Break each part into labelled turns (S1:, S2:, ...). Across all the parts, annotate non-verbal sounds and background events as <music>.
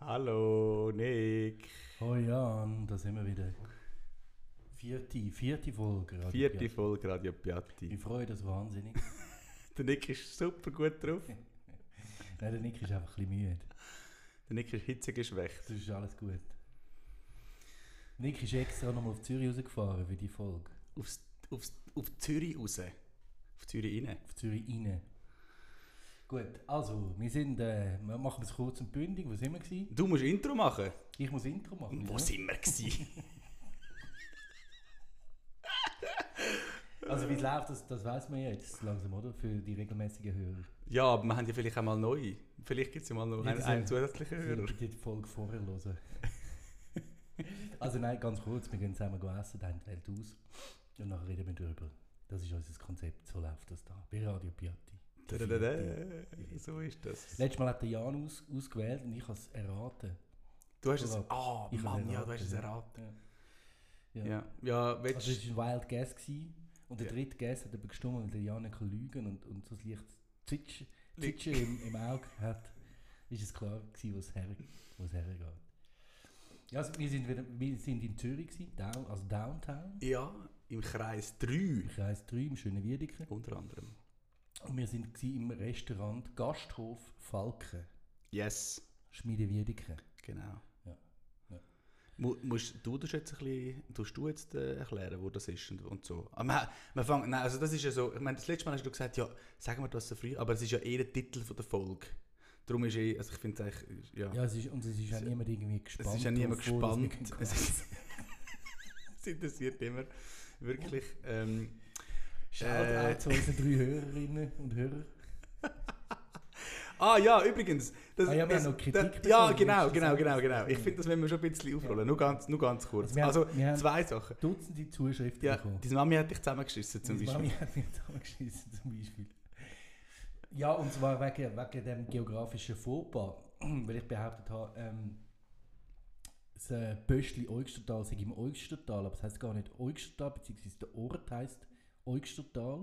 S1: Hallo, Nick.
S2: Oh Jan, da sind wir wieder. Vierte, vierte Folge. Radio
S1: Vierte
S2: Piatti.
S1: Folge Radio
S2: Ich
S1: Piatti.
S2: freue das wahnsinnig.
S1: Der Nick ist super gut drauf.
S2: Nein, der Nick ist einfach ein bisschen müde.
S1: Der Nick ist hitzegeschwächt.
S2: Das ist alles gut. Nick ist extra nochmal auf Zürich rausgefahren für die Folge.
S1: Aufs, aufs, auf Zürich raus. Auf Zürich rein.
S2: Auf Zürich rein. Gut, also, wir sind, äh, wir machen es kurz und bündig. Wo sind wir gewesen?
S1: Du musst Intro machen.
S2: Ich muss Intro machen.
S1: Wo
S2: ja?
S1: sind wir gewesen?
S2: Also, wie es läuft, das, das weiß man ja jetzt langsam, oder? Für die regelmäßigen Hörer.
S1: <laughs> ja, aber wir haben ja vielleicht einmal neu. Vielleicht gibt es ja mal noch
S2: Ja,
S1: einen,
S2: das
S1: einen
S2: ist-
S1: zusätzlichen Hörer.
S2: Ich die Folge vorher hören. also nein, ganz kurz, wir gehen zusammen go essen, dann die Welt aus und nachher reden wir darüber. Das ist unser Konzept, so läuft das da. Bei Radio Piatti. Die vierte.
S1: Dadadada. So ist das.
S2: Letztes Mal hat der Jan aus, ausgewählt und ich habe es erraten.
S1: Du hast es.
S2: Verraten.
S1: Ah,
S2: Ich habe
S1: Mann,
S2: es
S1: ja, du hast es
S2: erraten.
S1: erraten.
S2: Ja.
S1: Ja, ja willst
S2: Also es war ein Wild Guess gewesen, und der
S1: Ja.
S2: dritte Guess hat aber gestummt, weil der Jan nicht kann lügen und, und so ein leichtes Zitschen,
S1: Lieg-
S2: Zitschen im, im Auge hat, ist es klar gewesen, wo es her, wo es hergeht. Ja, also wir, sind wieder, wir sind in Zürich, gewesen, down, also Downtown,
S1: Ja, im Kreis 3.
S2: im Kreis 3 im schönen Wiedeken.
S1: Unter anderem.
S2: Und wir sind gewesen im Restaurant Gasthof Falken,
S1: Yes.
S2: Schmiede Wiedeken.
S1: Genau.
S2: Ja. Ja.
S1: Mu musst du das jetzt ein bisschen, tust du jetzt äh, erklären, wo das ist und, und so? Aber man, man fängt, nein, also das ist ja so, ich meine, das letzte Mal hast du gesagt, ja, sagen wir das so früh, aber es ist ja eh der Titel von der Folge. Darum ist eh, also ich finde es eigentlich, ja,
S2: Ja, es ist, und es ist ja niemand irgendwie gespannt.
S1: es ist ja niemand
S2: drauf, wo das
S1: gespannt.
S2: wir gehen.
S1: Es, ist, <laughs> es interessiert immer, wirklich. Ähm,
S2: Shoutout
S1: Äh.
S2: zu unseren drei Hörerinnen und Hörer.
S1: ah ja, übrigens. Das,
S2: Ah ja, wir
S1: das,
S2: haben noch Kritik
S1: das,
S2: bekommen,
S1: Ja,
S2: willst
S1: genau,
S2: du
S1: genau,
S2: sagen,
S1: genau,
S2: was
S1: genau.
S2: das
S1: Ich
S2: ist?
S1: finde, das müssen wir schon ein bisschen aufrollen, nur, ganz, nur ganz kurz.
S2: Also wir haben-
S1: Also,
S2: wir haben-
S1: zwei Sachen.
S2: Dutzende Zuschriften
S1: Ja,
S2: bekommen.
S1: deine Mami hat dich zusammengeschissen zum
S2: Meine
S1: Beispiel.
S2: Mami hat <laughs> mich zusammengeschissen, zum Beispiel. Ja, und zwar wegen, wegen dem geografischen Fauxpas, <clears throat> weil ich behauptet habe, ähm, das äh, Pöstli Eugstertal sei im Eugstertal, aber es heisst gar nicht Eugstertal, beziehungsweise der Ort heisst Eugstertal.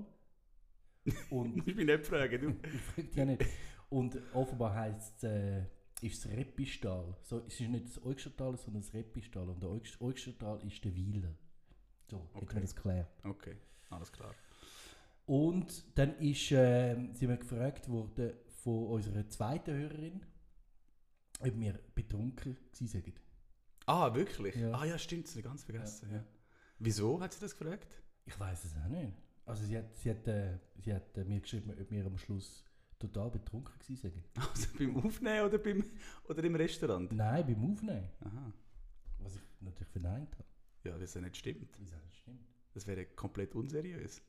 S1: <laughs>
S2: Und
S1: Du musst mich nicht fragen, du.
S2: ich frage dich ja nicht. Und offenbar heisst es, äh, ist es Reppistal. So, es ist nicht das Eugstertal, sondern das Reppistal. Und der Eugst- Eugstertal ist der Weiler. So, okay. hätten
S1: Okay.
S2: wir das geklärt.
S1: Okay, alles klar.
S2: Und dann ist, ähm, sind wir gefragt worden von unserer zweiten Hörerin, ob wir betrunken gewesen sind.
S1: Ah, wirklich?
S2: Ja.
S1: Ah ja, stimmt, das habe ich ganz vergessen. Ja.
S2: Ja, ja.
S1: Wieso hat sie das gefragt? <laughs>
S2: Ich weiß es auch nicht. Also sie hat, sie hat, äh, sie hat äh, mir geschrieben, ob wir am Schluss total betrunken gewesen sind.
S1: Also beim Aufnehmen oder, beim, oder im Restaurant?
S2: Nein, beim Aufnehmen.
S1: Aha.
S2: Was ich natürlich verneint habe.
S1: Ja, das ja nicht stimmt.
S2: Wieso das stimmt.
S1: Das wäre komplett unseriös.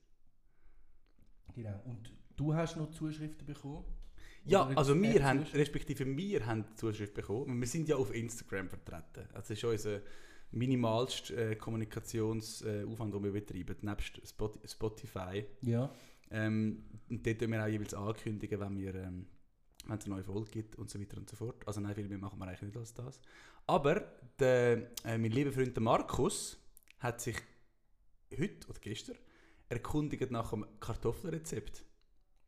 S2: Genau. Und du hast noch Zuschriften bekommen?
S1: Ja,
S2: Oder
S1: also wir
S2: äh,
S1: haben,
S2: Zuschriften?
S1: respektive wir haben die Zuschrift bekommen. Wir sind ja auf Instagram vertreten. Also Das ist unser minimalst äh, Kommunikationsaufwand, äh, Aufwand, den wir betreiben, nebst Spot Spotify.
S2: Ja.
S1: Ähm, und dort tun wir auch jeweils ankündigen, wenn wir ähm, wenn es eine neue Folge gibt und so weiter und so fort. Also nein, viel mehr machen wir eigentlich nicht als das. Aber der, äh, mein lieber Freund der Markus hat sich heute oder gestern erkundigt nach dem Kartoffelrezept.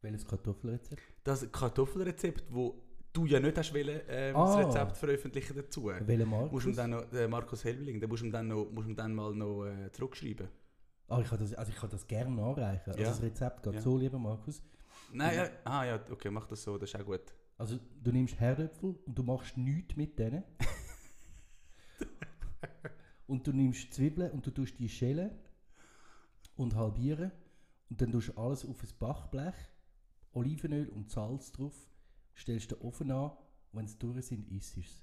S2: Welches Kartoffelrezept?
S1: Das Kartoffelrezept, wo du ja nicht hast wollen, ähm, das
S2: Ah.
S1: Rezept veröffentlichen dazu.
S2: Welcher Markt?
S1: Musst du ihm Äh, dann noch, der Markus Helbling, den musst du ihm dann, noch, musst du ihm dann mal noch äh, zurückschreiben.
S2: Ah, ich kann das, also ich kann das gerne nachreichen. Also
S1: Ja.
S2: das Rezept geht
S1: Ja.
S2: so, lieber Markus.
S1: Nein, ja, ah ja, okay, mach das so, das ist auch gut.
S2: Also du nimmst Herdöpfel und du machst nichts mit
S1: <laughs>
S2: denen. und du nimmst Zwiebeln und du tust die schälen und halbieren und dann tust du alles auf ein Backblech, Olivenöl und Salz drauf, stellst den Ofen an und wenn sie durch sind, isst du es.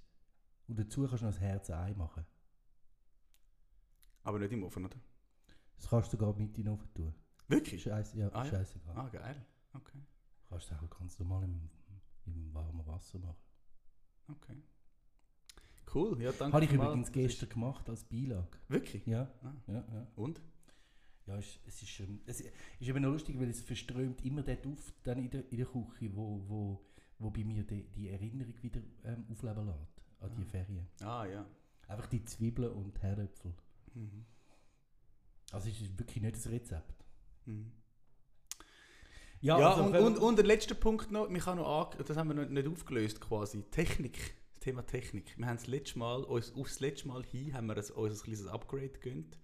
S2: Und dazu kannst du noch das Herzei machen.
S1: Aber nicht im Ofen, oder?
S2: Das kannst du sogar mit in den Ofen tun.
S1: Wirklich?
S2: Scheiße, ja,
S1: Ah ja.
S2: scheißegal.
S1: Ah, geil. Okay,
S2: Kannst du auch ganz normal im, im warmen Wasser machen.
S1: okay. Cool, ja, danke.
S2: Habe ich
S1: vielmals.
S2: übrigens
S1: Das ist-
S2: gestern gemacht als Beilage.
S1: Wirklich?
S2: Ja,
S1: Ah.
S2: ja, ja.
S1: Und?
S2: Ja, es, es, ist, ähm, es ist eben noch lustig, weil es verströmt immer dort auf, dann in der, in der Küche, wo, wo, wo bei mir die, die Erinnerung wieder ähm, aufleben lässt an die
S1: Ah.
S2: Ferien.
S1: Ah, ja.
S2: Einfach die Zwiebeln und Herdöpfel.
S1: Mhm.
S2: Also es ist wirklich nicht das Rezept.
S1: Mhm.
S2: Ja,
S1: Ja,
S2: also
S1: und,
S2: wenn- also
S1: also und, und der letzte Punkt noch, mich kann noch ange das haben wir noch nicht aufgelöst quasi. Technik. Thema Technik. Wir haben das letzte Mal, uns, aufs letzte Mal hin haben wir ein, uns ein kleines Upgrade gegönnt,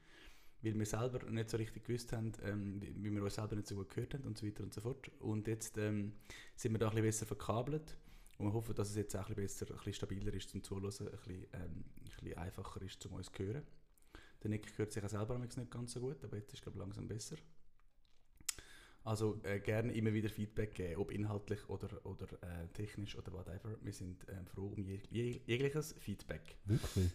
S1: weil wir selber nicht so richtig gewusst haben, ähm, wie- wie wir uns selber nicht so gut gehört haben und so weiter und so fort. Und jetzt ähm, sind wir da ein bisschen besser verkabelt und wir hoffen, dass es jetzt auch ein bisschen besser, ein bisschen stabiler ist zum Zuhören, ein bisschen, ähm, ein bisschen einfacher ist, zum uns zu hören. Der Nick hört sich auch selber manchmal nicht ganz so gut, aber jetzt ist glaube ich langsam besser. Also äh, gerne immer wieder Feedback geben, ob inhaltlich oder, oder äh, technisch oder whatever. Wir sind ähm, froh um jeg jeg jegliches Feedback.
S2: Wirklich?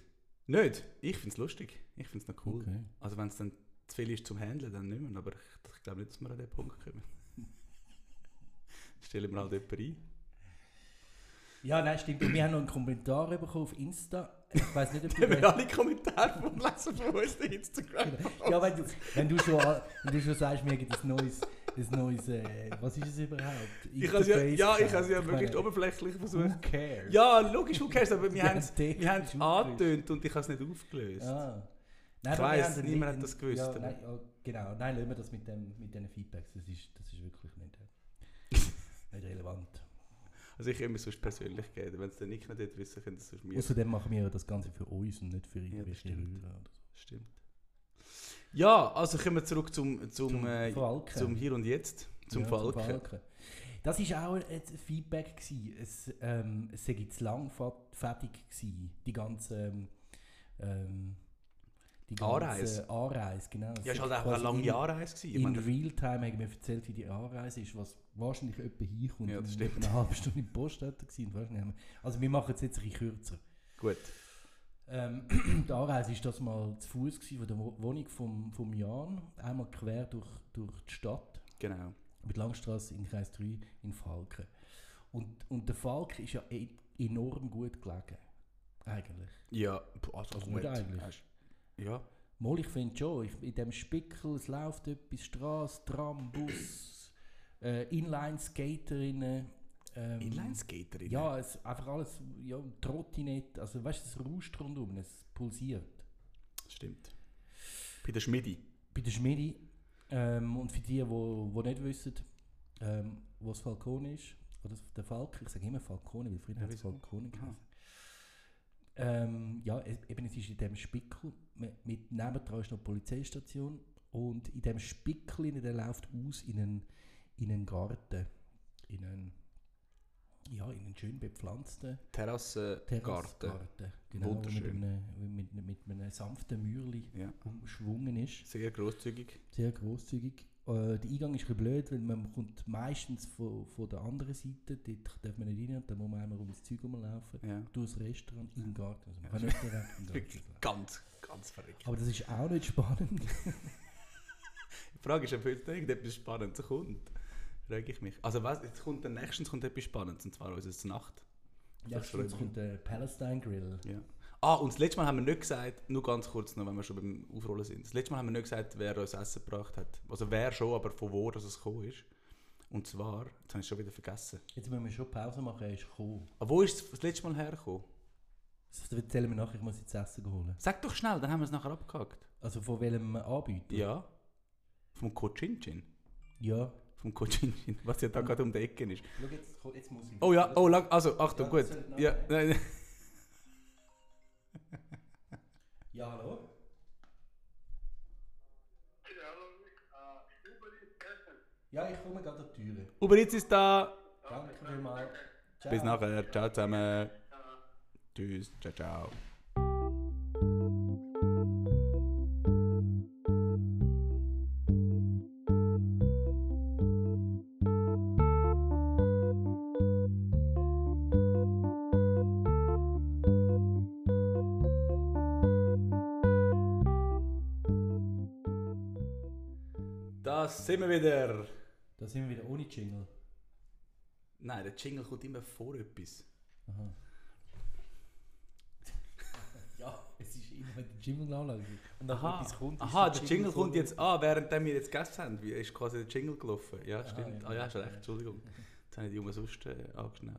S1: Nicht, ich finde es lustig, ich finde es noch cool.
S2: Okay.
S1: Also wenn es dann zu viel ist zum Handeln, dann nicht mehr, aber ich, ich glaube nicht, dass wir an den Punkt
S2: <laughs>
S1: kommen. Stellen wir halt jemanden ein.
S2: Ja, nein, stimmt. Und Wir haben noch einen Kommentar bekommen auf Insta. Ich
S1: <laughs>
S2: weiß nicht, ob du
S1: Dann
S2: den-
S1: wir alle Kommentare vom Lesen von uns auf Instagram.
S2: Genau. Ja, wenn du, wenn du, schon, wenn du schon sagst, mir gibt ein neues, ein neues äh, was ist es überhaupt?
S1: Ich habe ja,
S2: Interface
S1: ja, ich
S2: gehabt.
S1: habe ja
S2: Ich
S1: möglichst
S2: meine,
S1: oberflächlich versucht.
S2: Who cares?
S1: Ja, logisch, who cares, aber wir
S2: Ja,
S1: haben es
S2: der
S1: wir haben
S2: ist <laughs>
S1: es
S2: aufgelöst.
S1: angetönt und ich habe es nicht aufgelöst.
S2: Ah. Nein,
S1: Ich
S2: aber wir
S1: weiss,
S2: haben
S1: niemand
S2: einen-
S1: hat das gewusst,
S2: Ja,
S1: aber-
S2: nein, ja, genau, nein, lassen wir das mit, dem, mit diesen Feedbacks. Das ist, das ist wirklich nicht,
S1: <laughs>
S2: äh, nicht relevant.
S1: Also ich immer sonst persönlich geben. Wenn es dann nicht dort wissen, können es sonst mir.
S2: Außerdem machen wir ja das Ganze für uns und nicht für irgendwelche
S1: stimmt.
S2: Leute. oder
S1: Stimmt. Ja, also kommen wir zurück zum,
S2: so.
S1: zum, äh,
S2: Falken.
S1: zum Hier und Jetzt, zum
S2: Ja,
S1: Falken.
S2: Das war auch ein Feedback. Gewesen. Es, ähm, es sei zu lang fa- fertig gewesen, die ganze... ähm, Ähm, die
S1: Anreise.
S2: Anreise, genau. Es
S1: Ja, es war
S2: sei
S1: halt auch eine
S2: quasi
S1: lange
S2: in-
S1: Jahrereise. gewesen. Ich
S2: In
S1: meine,
S2: Realtime haben wir erzählt, wie die Anreise ist, was wahrscheinlich etwa hinkommt.
S1: Ja, das
S2: Wir waren
S1: stimmt.
S2: Eine halbe Stunde im Postauto gewesen. Wahrscheinlich haben wir, also wir machen es jetzt ein bisschen kürzer.
S1: Gut.
S2: Ähm, <clears throat> die Anreise war das mal zu Fuß gewesen von der Wo- Wohnung vom, vom Jan, einmal quer durch, durch die Stadt,
S1: Genau.
S2: über die Langstrasse in Kreis 3 in Falken. Und, und der Falken ist ja e enorm gut gelegen, eigentlich.
S1: Ja, boah, also,
S2: Also
S1: gut.
S2: nicht eigentlich.
S1: Ja.
S2: Mal, ich finde schon, ich, in dem Spickel, es läuft etwas, Straße, Tram, Bus, äh, Inline-Skaterinnen. Ähm,
S1: Inlineskaterin.
S2: Ja, es, einfach alles, ja, Trottinett, also weißt du, es rauscht rundum, es pulsiert.
S1: Stimmt. Bei der Schmidi.
S2: Bei der Schmidi, ähm, und für die, die wo, wo nicht wissen, ähm, was Falcone ist, oder der Falke, ich sage immer Falcone, weil früher
S1: Ja,
S2: hat es
S1: wieso?
S2: Falcone
S1: Aha.
S2: geheißen. Ähm, ja, e- eben es ist in dem Spickel, mit, mit nebendran ist noch die Polizeistation und in dem Spickel, hinein, der läuft aus in einen, in einen Garten, in einen, ja, in einen schön bepflanzten
S1: Terrasse, Garten.
S2: Terrassgarten, genau, wo mit
S1: Wunderschön.
S2: einem, mit, mit einem sanften Mäuerchen
S1: Ja.
S2: umschwungen ist
S1: Sehr großzügig.
S2: sehr großzügig. Äh, der Eingang ist ein bisschen blöd, weil man kommt meistens von, von der anderen Seite, dort darf man nicht rein, da muss man einmal um das Zeug rumlaufen,
S1: Ja.
S2: durchs Restaurant, in den Garten, also man kann nicht direkt in den
S1: <laughs>
S2: Garten
S1: Wirklich
S2: laufen.
S1: ganz, ganz verrückt.
S2: Aber das ist auch nicht spannend.
S1: Die Frage ist, ob heute irgendetwas Spannendes kommt. Frage ich mich. Also was, jetzt kommt dann nächstens kommt etwas Spannendes, und zwar unsere Nacht.
S2: ja,
S1: Das ist verrückt.
S2: stimmt, jetzt kommt der Palestine Grill.
S1: Ja. Ah, und das letzte Mal haben wir nicht gesagt, nur ganz kurz noch, wenn wir schon beim Aufrollen sind. Das letzte Mal haben wir nicht gesagt, wer uns Essen gebracht hat. Also wer schon, aber von wo dass es gekommen ist. Und zwar, jetzt habe ich es schon wieder vergessen.
S2: Jetzt müssen wir schon Pause machen, er ist gekommen.
S1: Aber wo ist es das letzte Mal hergekommen?
S2: Das erzählen wir nachher, ich muss jetzt Essen holen.
S1: Sag doch schnell, dann haben wir es nachher abgehakt.
S2: Also von welchem Anbieter?
S1: Ja. Vom Cochinchin.
S2: Ja.
S1: Vom Cochinchin, <laughs> was ja da gerade um die Ecke ist.
S2: Schau, jetzt, ko- jetzt muss ich...
S1: Oh ja, oh, lang, also Achtung,
S2: Ja,
S1: gut.
S2: das sollte noch
S1: Ja,
S2: sein.
S1: nein, nein.
S2: Ja, hallo? Ja, ich komme gerade an die Türe.
S1: Uber Eats ist da.
S2: Danke vielmals. Ciao.
S1: Bis nachher. Ciao zusammen. Tschüss. Ciao, ciao. Das sind wir wieder.
S2: Da sind wir wieder ohne Jingle.
S1: Nein, der Jingle kommt immer vor etwas. <laughs>
S2: Aha. ja, es ist immer wenn der Jingle anlaufen. Und dann
S1: Aha,
S2: etwas kommt, ist
S1: Aha der Jingle
S2: voll-
S1: kommt jetzt an, während wir jetzt gegessen haben. Wie ist quasi der Jingle gelaufen? Ja, stimmt.
S2: ja.
S1: Ah ja, hast recht, Entschuldigung. Jetzt habe ich die umsonst äh, angeschnallt.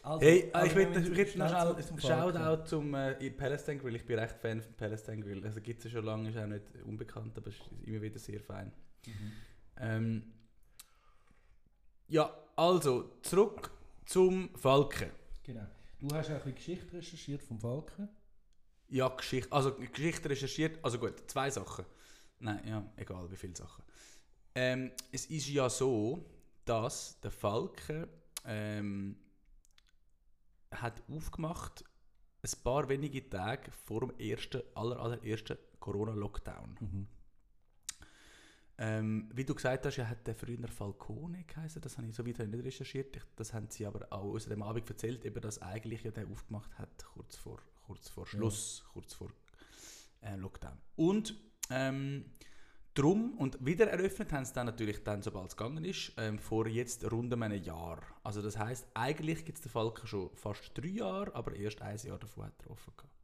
S2: Also,
S1: Hey, äh,
S2: also
S1: ich
S2: wir
S1: möchte
S2: müssen
S1: ich möchte noch
S2: schnell
S1: schnell
S2: zurück zum Falken.
S1: Shoutout zum äh, Palestine Grill. Ich bin recht Fan von Palestine Grill. Also gibt es ja schon lange, ist auch nicht unbekannt, aber ist immer wieder sehr fein.
S2: Mhm.
S1: Ähm, ja, also zurück zum Falken.
S2: Genau. Du hast auch ein bisschen Geschichte recherchiert vom Falken.
S1: Ja, Geschichte, also Geschichte recherchiert, also gut, zwei Sachen. Nein, ja, egal, wie viele Sachen. Ähm, es ist ja so, dass der Falken ähm, hat aufgemacht ein paar wenige Tage vor dem ersten, aller, allerersten Corona-Lockdown. Ähm, wie du gesagt hast, ja, hat der früher Falcone geheißen, das habe ich so weit nicht recherchiert. Ich- Das haben sie aber auch aus dem Abend erzählt, eben, dass eigentlich ja der aufgemacht hat, kurz vor, kurz vor Schluss, kurz vor äh, Lockdown. Und ähm, drum und wieder eröffnet haben sie dann natürlich dann, sobald es gegangen ist, ähm, vor jetzt rund um einem Jahr. Also das heißt, eigentlich gibt es den Falken schon fast drei Jahre, aber erst ein Jahr davon hat er offen gehabt.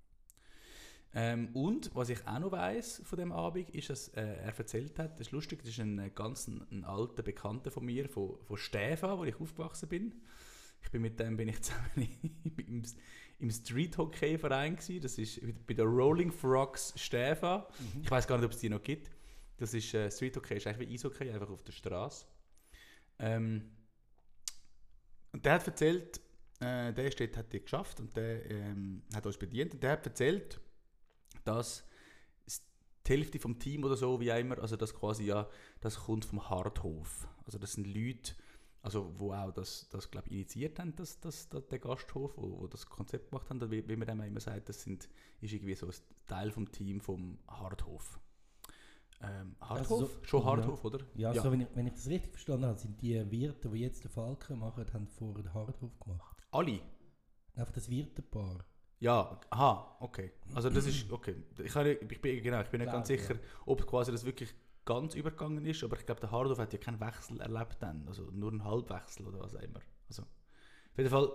S1: Ähm, und was ich auch noch weiß von dem Abend, ist, dass äh, er erzählt hat, das ist lustig, das ist ein äh, ganz ein, ein alter Bekannter von mir, von, von Stefan, wo ich aufgewachsen bin. Ich bin mit dem bin ich <laughs> zusammen im, im Street Hockey Verein gsi. Das ist bei der Rolling Frogs Stefan. Ich weiß gar nicht, ob es die noch gibt. Das ist äh, Street Hockey, ist eigentlich wie Eishockey, einfach auf der Straße. Ähm, und der hat erzählt, äh, der ist dort, hat die geschafft und der ähm, hat uns bedient. Und der hat erzählt, dass s- die Hälfte vom Team oder so, wie auch immer, also das quasi ja, das kommt vom Harthof. Also das sind Leute, also wo auch das, das glaube ich, initiiert haben, das, das, das, der Gasthof, wo, wo das Konzept gemacht haben, Also wie, wie man dem auch immer sagt, das sind, ist irgendwie so ein Teil vom Team vom Harthof. Ähm, Harthof?
S2: Also so-
S1: Schon
S2: ja.
S1: Harthof, oder?
S2: Ja, so wenn ich, wenn ich das richtig verstanden habe, sind die Wirte, die jetzt den Falken machen, haben vorher den Hardhof gemacht.
S1: Alle.
S2: Einfach das Wirtepaar.
S1: Ja, aha, okay. Also das ist, okay. Ich, kann, nicht- ich bin, genau, ich bin nicht
S2: Klar,
S1: ganz sicher, ob quasi das wirklich ganz übergegangen ist, aber ich glaube, der Hardorf hat ja keinen Wechsel erlebt dann, also nur einen Halbwechsel oder was auch immer. Also, auf jeden Fall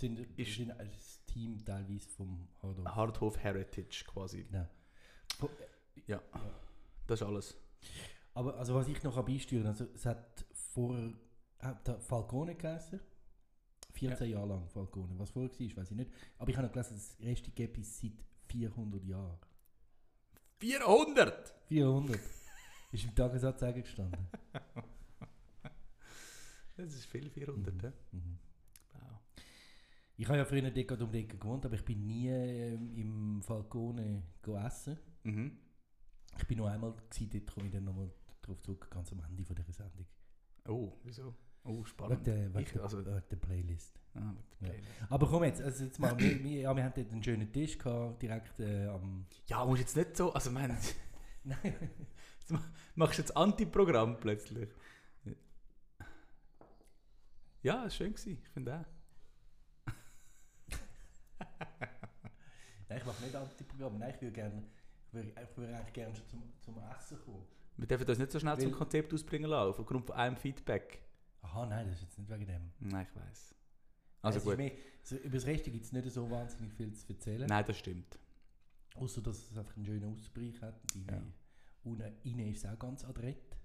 S2: Sind,
S1: Ist-
S2: sind das Team teilweise vom Hardhof.
S1: Hardhof Heritage quasi.
S2: Genau. Von-
S1: Ja, das ist alles.
S2: Aber also was ich noch kann beisteuern also es hat vorher hat der Falcone geheißen. 14 Jahre lang Falcone. Was vorher war, weiß ich nicht. Aber ich habe noch gelesen, dass es Reste gibt es seit 400 Jahren.
S1: 400!
S2: 400! <laughs> ist im Tagesanzeiger gestanden.
S1: <laughs> Das ist viel 400, hä?
S2: Mhm.
S1: Wow.
S2: Ich habe ja früher Deckard um Deckard gewohnt, aber ich bin nie ähm, im Falcone go essen.
S1: Mhm.
S2: Ich bin nur einmal gewesen, dort komme ich dann nochmal drauf zurück, ganz am Ende von dieser Sendung.
S1: Oh, wieso? Oh,
S2: Wegen
S1: spannend. Ah,
S2: der, wegen
S1: ich,
S2: der,
S1: also, ah,
S2: wegen der Playlist.
S1: wegen der Playlist.
S2: Aber komm jetzt, also jetzt mal, wir, wir, ja, wir haben dort einen schönen Tisch gehabt, direkt äh, am...
S1: ja, musst jetzt nicht so, also <laughs> man,
S2: Nein,
S1: machst jetzt Anti-Programm plötzlich. Ja, ist schön gewesen, ich finde auch.
S2: ich mache nicht Antiprogramm, nein, ich würde gerne, ich würde, ich würde eigentlich gerne schon zum, zum Essen kommen.
S1: Wir dürfen das nicht so schnell zum
S2: Weil-
S1: Konzept ausbringen lassen, aufgrund von einem Feedback.
S2: Aha, nein, das ist jetzt nicht wegen dem.
S1: Nein, ich weiß. Also
S2: Es ist
S1: gut.
S2: Mehr, so, über das Rechte gibt es nicht so wahnsinnig viel zu erzählen,
S1: Nein, das stimmt.
S2: außer dass es einfach einen schönen Ausbruch hat. Die
S1: Ja.
S2: Une, Ine ist auch ganz adrett.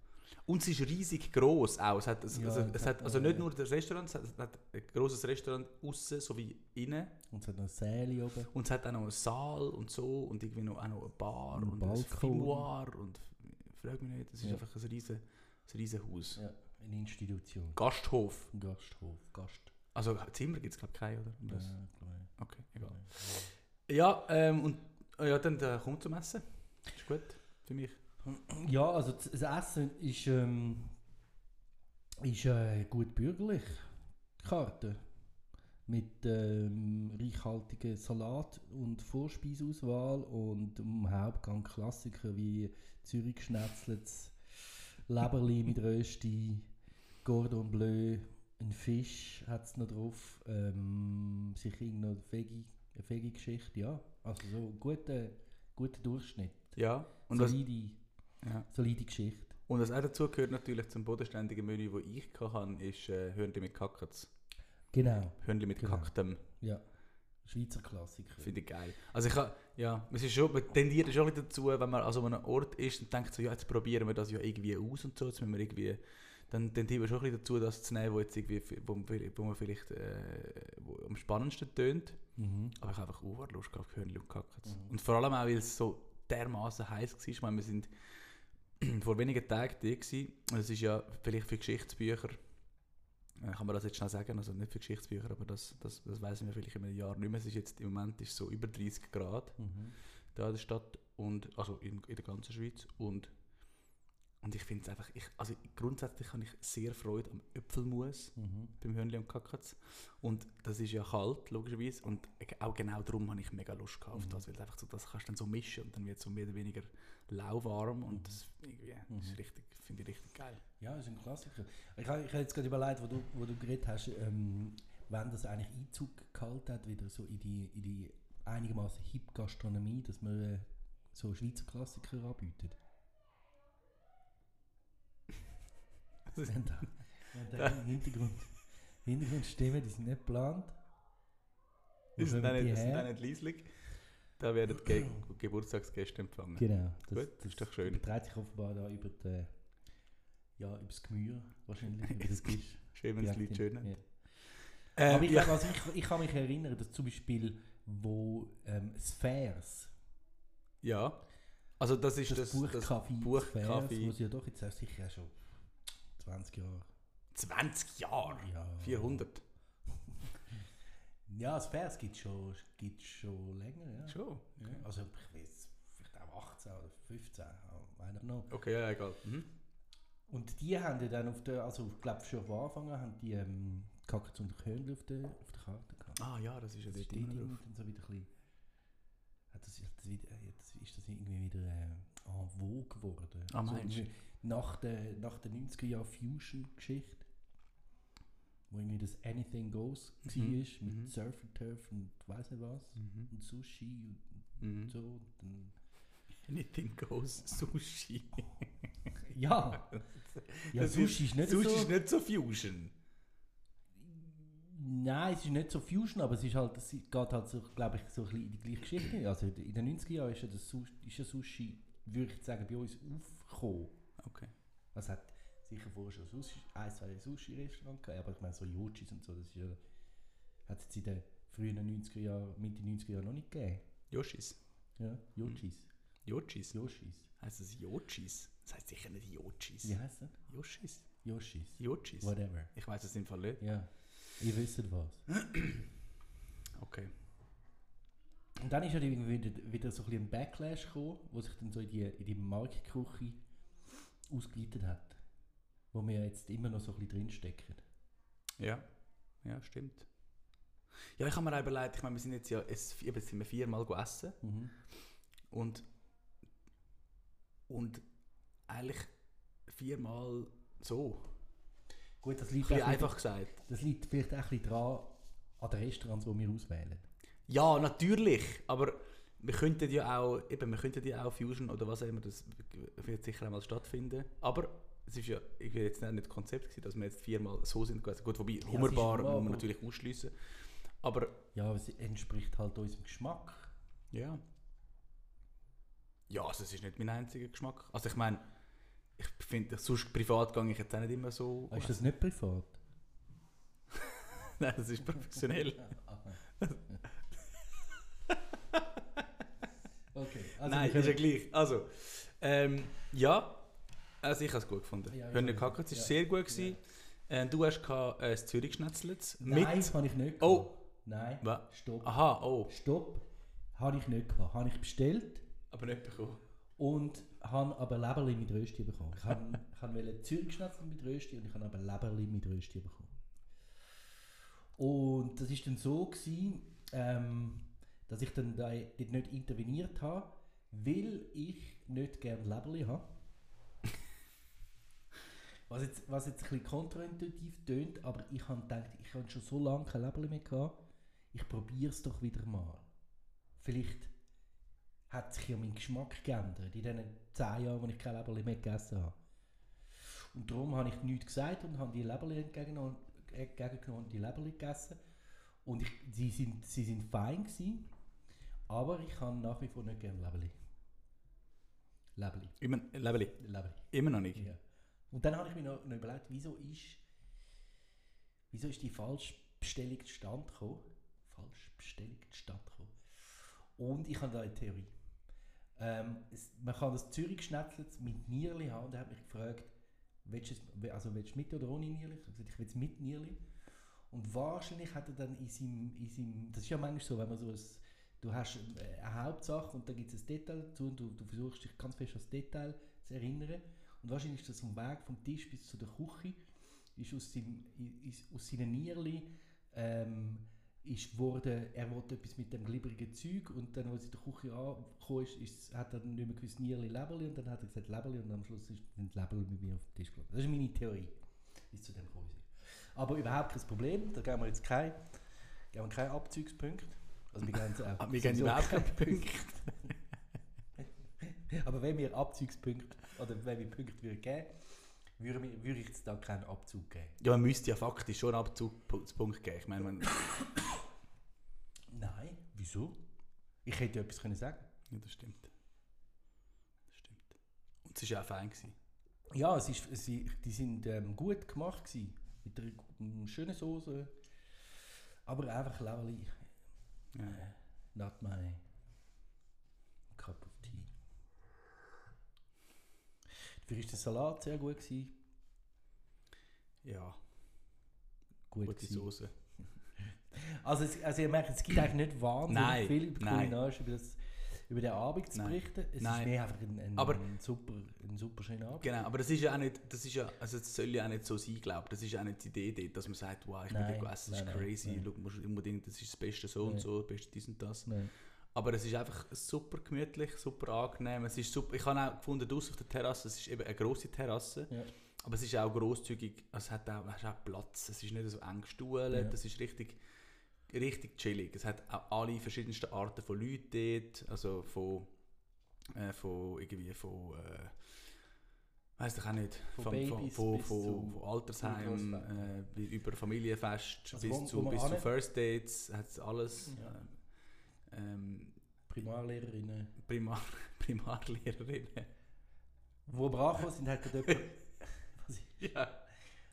S1: Und es ist riesig gross auch. Es hat, es,
S2: Ja,
S1: also,
S2: es
S1: es
S2: hat
S1: hat, also
S2: noch-
S1: nicht nur das Restaurant, es hat, es hat ein grosses Restaurant außen sowie innen.
S2: Und es hat noch ein Säle oben.
S1: Und es hat auch noch einen Saal und so und irgendwie noch, auch noch eine Bar
S2: Und einen
S1: und, ein
S2: Balkon.
S1: Fimoir und f- frag mich nicht, es ist
S2: Ja.
S1: einfach ein riesen, ein riesen Haus.
S2: Ja, eine Institution.
S1: Gasthof.
S2: Ein Gasthof, Gast.
S1: Also Zimmer gibt es glaube ich keine, oder? Um
S2: Ja,
S1: Das-
S2: ich glaube,
S1: Okay,
S2: ja.
S1: egal. Ja, ähm, und ah ja, dann äh, kommt zum Essen. Ist gut für mich.
S2: Ja, also das das Essen ist, ähm, ist äh, gut bürgerlich. Karte. Mit ähm, reichhaltigen Salat und Vorspeisauswahl und im Hauptgang Klassiker wie Zürich Schnetzlets, Leberli mit Rösti, Gordon Bleu, ein Fisch hat es noch drauf, ähm, sicher irgendeine Veggie- eine Veggie-Geschichte, ja. Also so ein guter, guter Durchschnitt.
S1: Ja. Und was,
S2: solide,
S1: ja.
S2: solide Geschichte.
S1: und was auch dazu gehört natürlich zum bodenständigen Menü, das ich hatte, ist äh, Hörnli mit Kackets.
S2: Genau,
S1: Hörnli mit
S2: Genau.
S1: Kaktem.
S2: ja. Schweizer Klassiker.
S1: Finde ich geil. Also ich ha- ja, es ist schon, man tendiert schon ein bisschen dazu, wenn man an so einem Ort ist und denkt so, ja, jetzt probieren wir das ja irgendwie aus und so, jetzt müssen wir irgendwie, dann tendiert man schon ein bisschen dazu, das zu nehmen, wo, jetzt irgendwie, fi- wo, man vielleicht- wo man vielleicht äh, wo am spannendsten tönt.
S2: Mhm.
S1: Aber ich habe einfach auch Lust auf Hörnli und Kackets.
S2: Mhm.
S1: Und vor allem auch, weil es so dermaßen heiß war. Ich meine, wir sind <clears throat> vor wenigen Tagen da gewesen. und es ist ja vielleicht für Geschichtsbücher Äh, Kann man das jetzt schnell sagen? Also nicht für Geschichtsbücher, aber das, das, das weiß man vielleicht in einem Jahr nicht mehr. Es ist jetzt im Moment ist so über 30 Grad
S2: Mhm.
S1: da in der Stadt und also in, in der ganzen Schweiz und und ich finde es einfach, ich, also grundsätzlich habe ich sehr Freude am Äpfelmus
S2: Mhm.
S1: beim Hörnli und Kakatz. Und das ist ja kalt, logischerweise. Und ge- auch genau darum habe ich mega Lust gehabt auf
S2: Mhm.
S1: das, weil einfach so, das kannst du dann so mischen und dann wird es so mehr oder weniger lauwarm und
S2: Mhm.
S1: das irgendwie,
S2: Mhm.
S1: ist richtig, finde ich richtig geil.
S2: Ja, ist ein Klassiker. Ich habe ich hab jetzt gerade überlegt, wo du, wo du geredet hast, ähm, wenn das eigentlich Einzug gehalten hat, wieder so in die, in die einigermaßen hip Gastronomie, dass man äh, so Schweizer Klassiker anbietet.
S1: <laughs> Das ist-
S2: <laughs> Wenn da, wenn
S1: <laughs>
S2: da im Hintergrund, Hintergrundstimmen, die sind nicht geplant. Wo
S1: Ist
S2: kommen
S1: dann
S2: die
S1: nicht, ist
S2: her?
S1: dann nicht leislich. Da werden
S2: <clears throat>
S1: Ge Geburtstagsgäste empfangen.
S2: Genau.
S1: Gut, das ist doch schön.
S2: überträgt sich offenbar da über die, ja, über das Gemüse wahrscheinlich, über
S1: <laughs>
S2: das Tisch.
S1: Schön, wenn das Lied schön nennt.
S2: Ja.
S1: Äh,
S2: Aber ich,
S1: ja.
S2: glaube, also ich, ich kann mich erinnern, dass zum Beispiel, wo ähm, Spheres,
S1: ja. Also das ist
S2: das,
S1: das,
S2: Buch
S1: das
S2: Kaffee,
S1: Buch
S2: Spheres,
S1: Kaffee.
S2: muss ja doch jetzt auch sicher auch schon 20 Jahre.
S1: 20 Jahre.
S2: Ja.
S1: 400.
S2: Ja, Spheres gibt es schon, gibt's schon länger. Ja.
S1: Schon.
S2: Ja. Also ich weiß, vielleicht auch 18 oder 15, I don't know.
S1: Okay, ja, egal. Mhm.
S2: Und die haben ja dann auf der, also ich glaube schon von Anfang an, haben die ähm, Kackers und Köln auf der, auf der Karte gehabt.
S1: Ah ja, das ist ja
S2: das
S1: dort
S2: steht
S1: immer
S2: irgendwie
S1: drauf.
S2: dann so wieder ein bisschen, hat das, hat das wieder, hat das, ist das irgendwie wieder äh, en vogue geworden. Also
S1: Ah, meinst du?
S2: irgendwie nach der, nach der 90er Jahr Fusion-Geschichte, wo irgendwie das Anything Goes
S1: Mhm.
S2: war, mit
S1: Mhm.
S2: Surf and Turf und weiß nicht was,
S1: Mhm.
S2: und Sushi und
S1: Mhm.
S2: so. Und dann, <laughs>
S1: Anything goes <laughs> Sushi. <laughs>
S2: ja, ja
S1: Das
S2: Sushi ist nicht
S1: Sushi
S2: so...
S1: ist nicht so Fusion.
S2: Nein, es ist nicht so Fusion, aber es ist halt, es geht halt so, glaube ich, so ein bisschen in die gleiche Geschichte. Also in den 90er Jahren ist ja das Sushi, ist ja Sushi würde ich jetzt sagen, bei uns aufgekommen.
S1: Okay.
S2: Also es hat sicher vorher schon Sushi, ein, zwei Sushi-Restaurants gegeben, aber ich meine so Yochis und so, das ist ja, hat es jetzt in den frühen 90er Jahren, Mitte 90er Jahren noch nicht gegeben.
S1: Yoshis.
S2: Ja, Yochis,
S1: Yoshis.
S2: Yoshis.
S1: Heißt das Yoshis? Das heißt sicher nicht Yoshis.
S2: Wie heisst das?
S1: Hm. Yoshis.
S2: Yoshis.
S1: Yoshis.
S2: Whatever.
S1: Ich weiß es im Fall nicht.
S2: Ja, ihr wisst was.
S1: Okay.
S2: Und dann ist ja irgendwie wieder, wieder so ein, bisschen ein Backlash gekommen, wo sich dann so in die, in die Markenküche ausgeleitet hat. Wo wir jetzt immer noch so ein bisschen drinstecken.
S1: Ja, ja, stimmt. Ja, ich habe mir auch überlegt, ich meine, wir sind jetzt ja es, eben, jetzt sind wir viermal gegessen
S2: Mhm.
S1: und, und eigentlich viermal so.
S2: Gut, das
S1: Ein
S2: liegt,
S1: bisschen
S2: auch
S1: einfach gesagt.
S2: das liegt vielleicht auch ein bisschen dran an den Restaurants, die wir auswählen.
S1: Ja, natürlich, aber wir könnten ja auch, eben, wir könnten ja auch Fusion oder was auch immer, das wird sicher einmal stattfinden. Aber es ist ja irgendwie jetzt nicht das Konzept gewesen, dass wir jetzt viermal so sind. gewesen. Gut, wobei,
S2: ist
S1: Hummerbar
S2: schon
S1: muss
S2: wahr,
S1: man
S2: aber-
S1: natürlich ausschliessen. Aber
S2: Ja, aber es entspricht halt unserem Geschmack.
S1: Ja. Ja, also es ist nicht mein einziger Geschmack. Also ich meine, ich finde, sonst privat gehe ich jetzt auch nicht immer so.
S2: Ah, Ist das nicht privat?
S1: <laughs> Nein, das ist professionell.
S2: Ah, <laughs> okay,
S1: Nein, ist Also,
S2: wir
S1: ja
S2: können-
S1: gleich. Also, ähm, ja, also ich habe es gut gefunden.
S2: Ja,
S1: Ja,
S2: ich
S1: Hörner
S2: auch.
S1: Kacke, es war
S2: Ja.
S1: sehr gut. Gewesen. Ähm, du hast gehabt, äh, das Zürich schnetzelt
S2: Nein,
S1: mit...
S2: habe ich nicht.
S1: Oh.
S2: gehabt. Nein,
S1: Wa-
S2: stopp.
S1: Aha, oh,
S2: Stopp, habe ich nicht gehabt. Habe ich bestellt
S1: aber nicht bekommen.
S2: und habe aber Leberli mit Rösti bekommen. Ich habe ich habe Zürichschnitzel mit Rösti und ich habe aber Leberli mit Rösti bekommen. Und das ist dann so gewesen, ähm, dass ich dann da, dort nicht interveniert habe, weil ich nicht gerne Leberli habe. Was jetzt, was jetzt ein bisschen kontraintuitiv tönt, aber ich habe gedacht, ich habe schon so lange kein Leberli mehr gehabt, ich probiere es doch wieder mal. Vielleicht hat sich ja mein Geschmack geändert in diesen 10 Jahren, wo ich kein Leberli mehr gegessen habe. Und darum habe ich nichts gesagt und habe die Leberli entgegengenommen entgegengenommen und die Leberli gegessen. Und ich, sie, sind, sie sind fein gewesen, aber ich habe nach wie vor nicht gerne Leberli. Leberli,
S1: Immer, Lebeli,
S2: Leberli.
S1: immer noch nicht.
S2: Ja. Und dann habe ich mir noch, noch überlegt, wieso ist, wieso ist die Falschbestellung zustande gekommen? Falschbestellung zustande gekommen. Und ich habe da eine Theorie. Ähm, es, man kann das Zürich-Schnetzlitz mit Nierli haben und er hat mich gefragt, Willst du, es- also willst du mit oder ohne Nierli? Ich habe gesagt, ich will es mit Nierli. Und wahrscheinlich hat er dann in seinem, in seinem, das ist ja manchmal so, wenn man so ein, du hast äh, eine Hauptsache und dann gibt es ein Detail dazu und du, du versuchst dich ganz fest an das Detail zu erinnern. Und wahrscheinlich ist das vom Weg vom Tisch bis zu der Küche, ist aus, seinem, i- ist aus seinen Nierli ähm, ist wurde, er wollte etwas mit dem glibberigen Zeug und dann, als er in der Küche angekommen ist, ist, hat er dann nicht mehr gewusst, Nierli, Leberli und dann hat er gesagt Leberli und am Schluss ist dann Leberli bei mir auf dem Tisch gelandet. Das ist meine Theorie, wie es zu dem gekommen ist. Aber überhaupt kein Problem, da geben wir jetzt keinen kein keinen Abzugspunkt. Also wir geben, äh,
S1: Ah, wir
S2: <laughs>
S1: geben
S2: sowieso
S1: überhaupt keinen
S2: Punkt. <laughs> Aber wenn wir Abzugspunkte, oder wenn wir Punkte würden geben würden, würde wir- würde ich jetzt da keinen Abzug geben.
S1: Ja, man müsste ja faktisch schon einen Abzugspunkt geben. Ich meine, man, ja,
S2: Nein. Wieso? Ich hätte ja etwas können sagen
S1: das stimmt. Das stimmt. Und es war ja auch fein. Gewesen.
S2: Ja, es ist, es, die sind ähm, gut gemacht gewesen. Mit einer gu- m, schönen Soße. Aber einfach Leverli,
S1: Ja.
S2: not my cup of tea. Dafür war der Salat sehr gut. Gewesen.
S1: ja,
S2: Gut
S1: gute
S2: gewesen.
S1: Soße.
S2: Also, es, also ihr merkt, es gibt eigentlich nicht wahnsinnig
S1: Nein,
S2: viel über
S1: nein.
S2: kulinarisch über, das, über den Abend zu
S1: Nein,
S2: berichten. Es
S1: nein.
S2: ist mehr einfach ein, ein,
S1: Aber-
S2: ein, super, ein super schöner Abend.
S1: Genau, aber das ist ja auch nicht, das ist ja, also das soll ja auch nicht so sein, glaube ich. Das ist ja auch nicht die Idee dort, dass man sagt, wow, ich bin
S2: Nein,
S1: dort gegessen, das ist
S2: nein, nein,
S1: crazy,
S2: nein.
S1: Schau, musst unbedingt, das ist das Beste so
S2: Nein.
S1: und so, das Beste dies und das.
S2: Nein.
S1: Aber es ist einfach super gemütlich, super angenehm. Es ist super, ich habe auch gefunden, draussen auf der Terrasse, es ist eben eine grosse Terrasse,
S2: Ja.
S1: aber es ist auch grosszügig, es hat auch, es hat auch Platz, es ist nicht so eng gestuhlt,
S2: Ja.
S1: es ist richtig, richtig chillig. Es hat auch alle verschiedensten Arten von Leuten dort, also von, äh, von irgendwie von, äh, weiß ich auch nicht, von,
S2: Von
S1: von,
S2: Babys
S1: von,
S2: bis
S1: von,
S2: zum-
S1: von Altersheim, äh,
S2: Grossvätern.
S1: wie- über Familienfest,
S2: Also
S1: bis,
S2: wo- wo
S1: zu,
S2: man
S1: bis zu
S2: hin-
S1: First Dates, hat es alles.
S2: Ja.
S1: Äh, ähm,
S2: Primarlehrerinnen.
S1: Primar <laughs> Primarlehrerin.
S2: Wo wir angekommen sind, hat
S1: <laughs>
S2: gerade jemand, <laughs> Was ist-
S1: ja.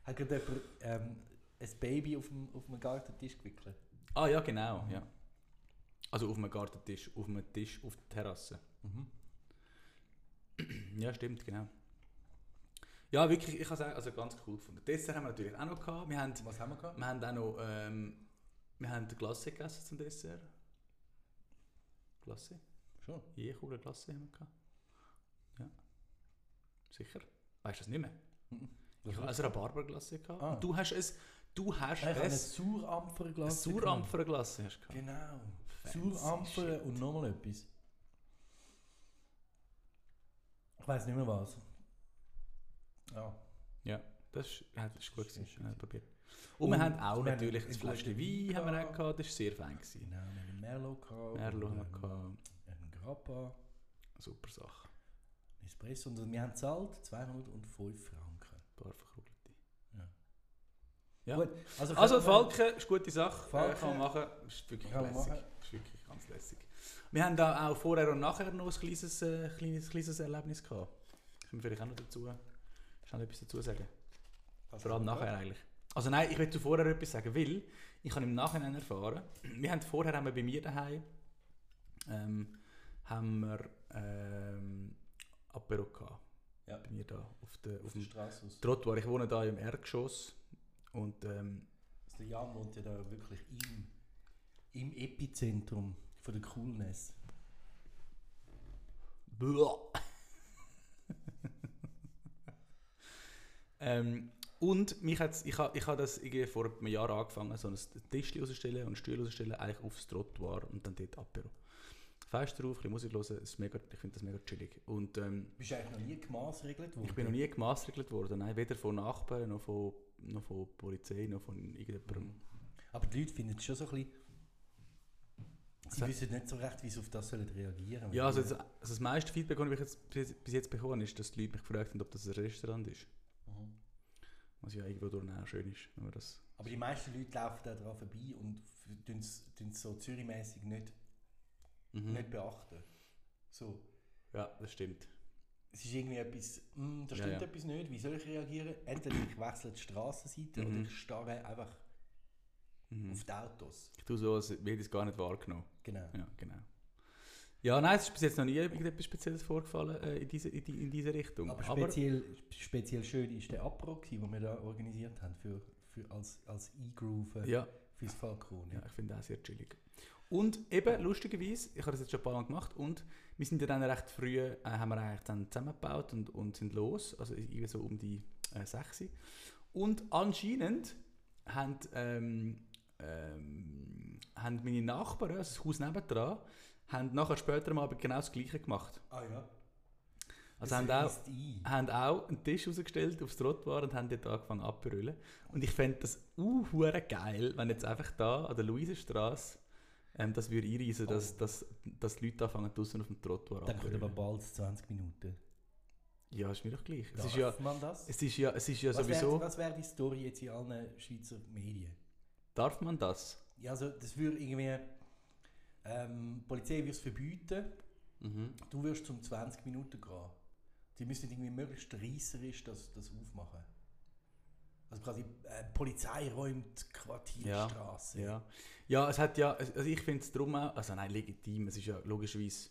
S2: hat gerade jemand ähm, ein Baby auf dem, auf dem Gartentisch gewickelt.
S1: Ah ja, genau, ja. Also auf einem Gartentisch, auf einem Tisch, auf der Terrasse. <clears throat> Ja, stimmt, genau. Ja, wirklich, ich habe es also ganz cool gefunden. Dessert haben wir natürlich auch noch gehabt. Wir haben,
S2: Und was haben wir gehabt?
S1: wir haben auch noch, ähm, wir haben Glasse gegessen zum Dessert. Glasse?
S2: Schon.
S1: Je coole Glasse haben wir gehabt. Ja. Sicher? Weißt du das nicht mehr? Ich habe also eine Barberglasse gehabt.
S2: Ah.
S1: Und du hast es, du hast
S2: ich habe eine
S1: es.
S2: Surampferglas.
S1: Surampferglasse hast du gehabt.
S2: Genau.
S1: Fancy
S2: Surampfer
S1: shit.
S2: und nochmal etwas. Ich weiß nicht mehr was. Ja.
S1: Das ist, ja, das ist gut
S2: Das ist
S1: gewesen.
S2: schön.
S1: Ja, Papier. Und, wir haben auch
S2: wir haben
S1: natürlich
S2: ein
S1: das
S2: gutes
S1: Fläschchen
S2: Wein
S1: Wein haben wir auch
S2: gehabt.
S1: gehabt. Das war sehr fein. Gewesen.
S2: Genau, wir haben einen Merlot gehabt.
S1: Merlot haben wir
S2: und, ähm,
S1: gehabt.
S2: Einen Grappa,
S1: Super Sache.
S2: einen Espresso. Und wir haben gezahlt 205 Franken.
S1: Ein paar verkrugelte. Ja.
S2: Ja. Gut, also,
S1: Also
S2: können wir-
S1: Falken ist eine gute Sache. Falken.
S2: Falken.
S1: Kann man machen. Ist wirklich
S2: Kann man
S1: lässig.
S2: machen.
S1: Ist wirklich ganz lässig. Wir haben da auch vorher und nachher noch ein kleines, äh, kleines, kleines Erlebnis gehabt. Können wir vielleicht auch noch dazu schnell etwas dazu sagen?
S2: Was
S1: Vor allem
S2: haben wir
S1: nachher eigentlich. Also nein, ich will zu vorher etwas sagen, weil ich habe im Nachhinein erfahren, wir haben vorher haben wir bei mir daheim ähm, haben wir ähm, Apero gehabt.
S2: Ja.
S1: Bei mir da auf, der, auf
S2: Auf der
S1: dem
S2: Straße aus.
S1: Trottoir. Ich wohne da im Erdgeschoss und ähm,
S2: Also Der Jan wohnt ja da wirklich im, im Epizentrum von der Coolness.
S1: Buah. <laughs> ähm, und mich hat's, ich habe ich ha das irgendwie vor einem Jahr angefangen, so ein Tisch rauszustellen und einen Stuhl rauszustellen, eigentlich aufs Trottoir und dann dort Apero. Fest drauf, ein bisschen Musik hören, ist mega, ich finde das mega chillig. Und ähm,
S2: Bist du eigentlich noch nie gemaßregelt worden?
S1: ich bin noch nie gemaßregelt worden, nein, weder von Nachbarn, noch von, noch von Polizei, noch von irgendjemandem.
S2: Aber die Leute finden es schon so ein bisschen... Sie
S1: Also-
S2: wissen nicht so recht, wie sie auf das sollen reagieren sollen.
S1: Ja, also das, also das meiste Feedback, das ich jetzt, bis bis jetzt bekommen habe, ist, dass die Leute mich gefragt haben, ob das ein Restaurant ist.
S2: Mhm.
S1: Was ja irgendwo durch auch schön ist, wenn man das
S2: Aber die meisten Leute laufen da dran vorbei und tun es so zürichmässig nicht,
S1: Mhm.
S2: nicht beachten. So.
S1: Ja, das stimmt.
S2: Es ist irgendwie etwas, «Mm,
S1: Ja,
S2: da stimmt
S1: ja.
S2: etwas nicht, wie soll ich reagieren? Entweder ich wechsle die Straßenseite oder
S1: Mhm.
S2: ich starre einfach
S1: Mhm.
S2: auf die Autos.
S1: Ich tue so, als hätte ich es gar nicht wahrgenommen.
S2: Genau.
S1: Ja, genau. Ja, nein, es ist bis jetzt noch nie irgendetwas Spezielles vorgefallen äh, in, diese, in, die, in diese Richtung.
S2: Aber speziell, speziell schön ist der Apro, gewesen, den wir da organisiert haben für, für als, als E-Groove äh,
S1: ja,
S2: fürs Falcone.
S1: ja, ich finde das sehr chillig. Und eben, lustigerweise, ich habe das jetzt schon ein paar Mal gemacht und wir sind ja dann recht früh, äh, haben wir eigentlich dann zusammengebaut und, und sind los, also irgendwie so um die äh, 6 Uhr. Und anscheinend haben, ähm, ähm, haben meine Nachbarn, also das Haus nebendran, haben nachher später am Abend genau das Gleiche gemacht.
S2: Ah ja.
S1: Also haben auch, haben auch einen Tisch rausgestellt aufs Trottoir und haben dort angefangen abzurüllen. Und ich fände das uh, geil, wenn jetzt einfach da an der Luisenstraße ähm, das würde einreisen, dass,
S2: Oh.
S1: dass, dass die Leute anfangen draußen auf dem Trottoir
S2: Dann können wir
S1: abzurüllen.
S2: bald 20 Minuten.
S1: Ja, ist mir doch gleich. Es
S2: Darf
S1: ist ja,
S2: man das?
S1: es ist ja, es ist ja
S2: was
S1: sowieso...
S2: Wäre, was wäre die Story jetzt in allen Schweizer Medien?
S1: Darf man das?
S2: Ja, also das würde irgendwie... Ähm, die Polizei würde es verbieten,
S1: Mhm.
S2: du wirst zum 20 Minuten gehen. Die müssen irgendwie möglichst reisserisch das, das aufmachen. Also quasi äh, die Polizei räumt Quartierstraße.
S1: Ja. ja, es hat ja, also ich finde es drum auch, also nein, legitim, es ist ja logischerweise,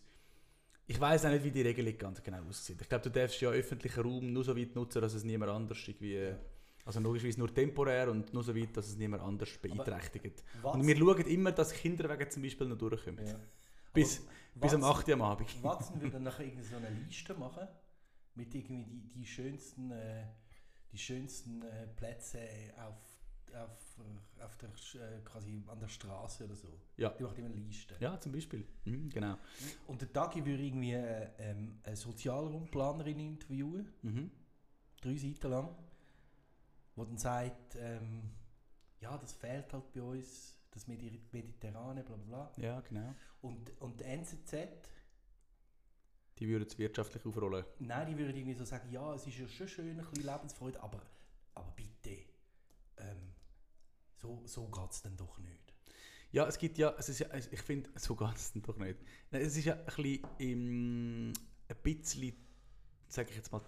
S1: ich weiß auch nicht, wie die Regelung ganz genau aussieht. Ich glaube, du darfst ja öffentlichen Raum nur so weit nutzen, dass es niemand anders irgendwie, also logischerweise nur temporär und nur so weit, dass es niemand anders beeinträchtigt.
S2: Was?
S1: und wir schauen immer, dass Kinder wegen zum Beispiel noch durchkommen.
S2: Ja.
S1: Bis,
S2: Aber
S1: bis um
S2: was-
S1: 8 Uhr am Abend.
S2: Watson würde dann nachher irgend so eine Liste machen mit irgendwie die, die schönsten, äh, die schönsten äh, Plätze auf, auf, äh, auf der, Sch- äh, quasi an der Straße oder so.
S1: Ja.
S2: Die macht immer eine Liste.
S1: Ja, zum Beispiel. Mhm, genau.
S2: Und der Tagi würde irgendwie äh, ähm, eine Sozialraumplanerin interviewen,
S1: Mhm.
S2: drei Seiten lang, wo dann sagt, ähm, ja, das fehlt halt bei uns, das Medi- Mediterrane, bla bla bla.
S1: Ja, genau.
S2: Und, und die NZZ
S1: Die würden es wirtschaftlich aufrollen.
S2: Nein, die würden irgendwie so sagen, ja, es ist ja schon schön, ein bisschen Lebensfreude, aber, aber bitte, ähm, so, so geht es dann doch nicht.
S1: Ja, es gibt ja, es ist ja es- ich finde, <laughs> so ganz doch nicht. Nein, es ist ja ein bisschen, im, ein bisschen, sage ich jetzt mal,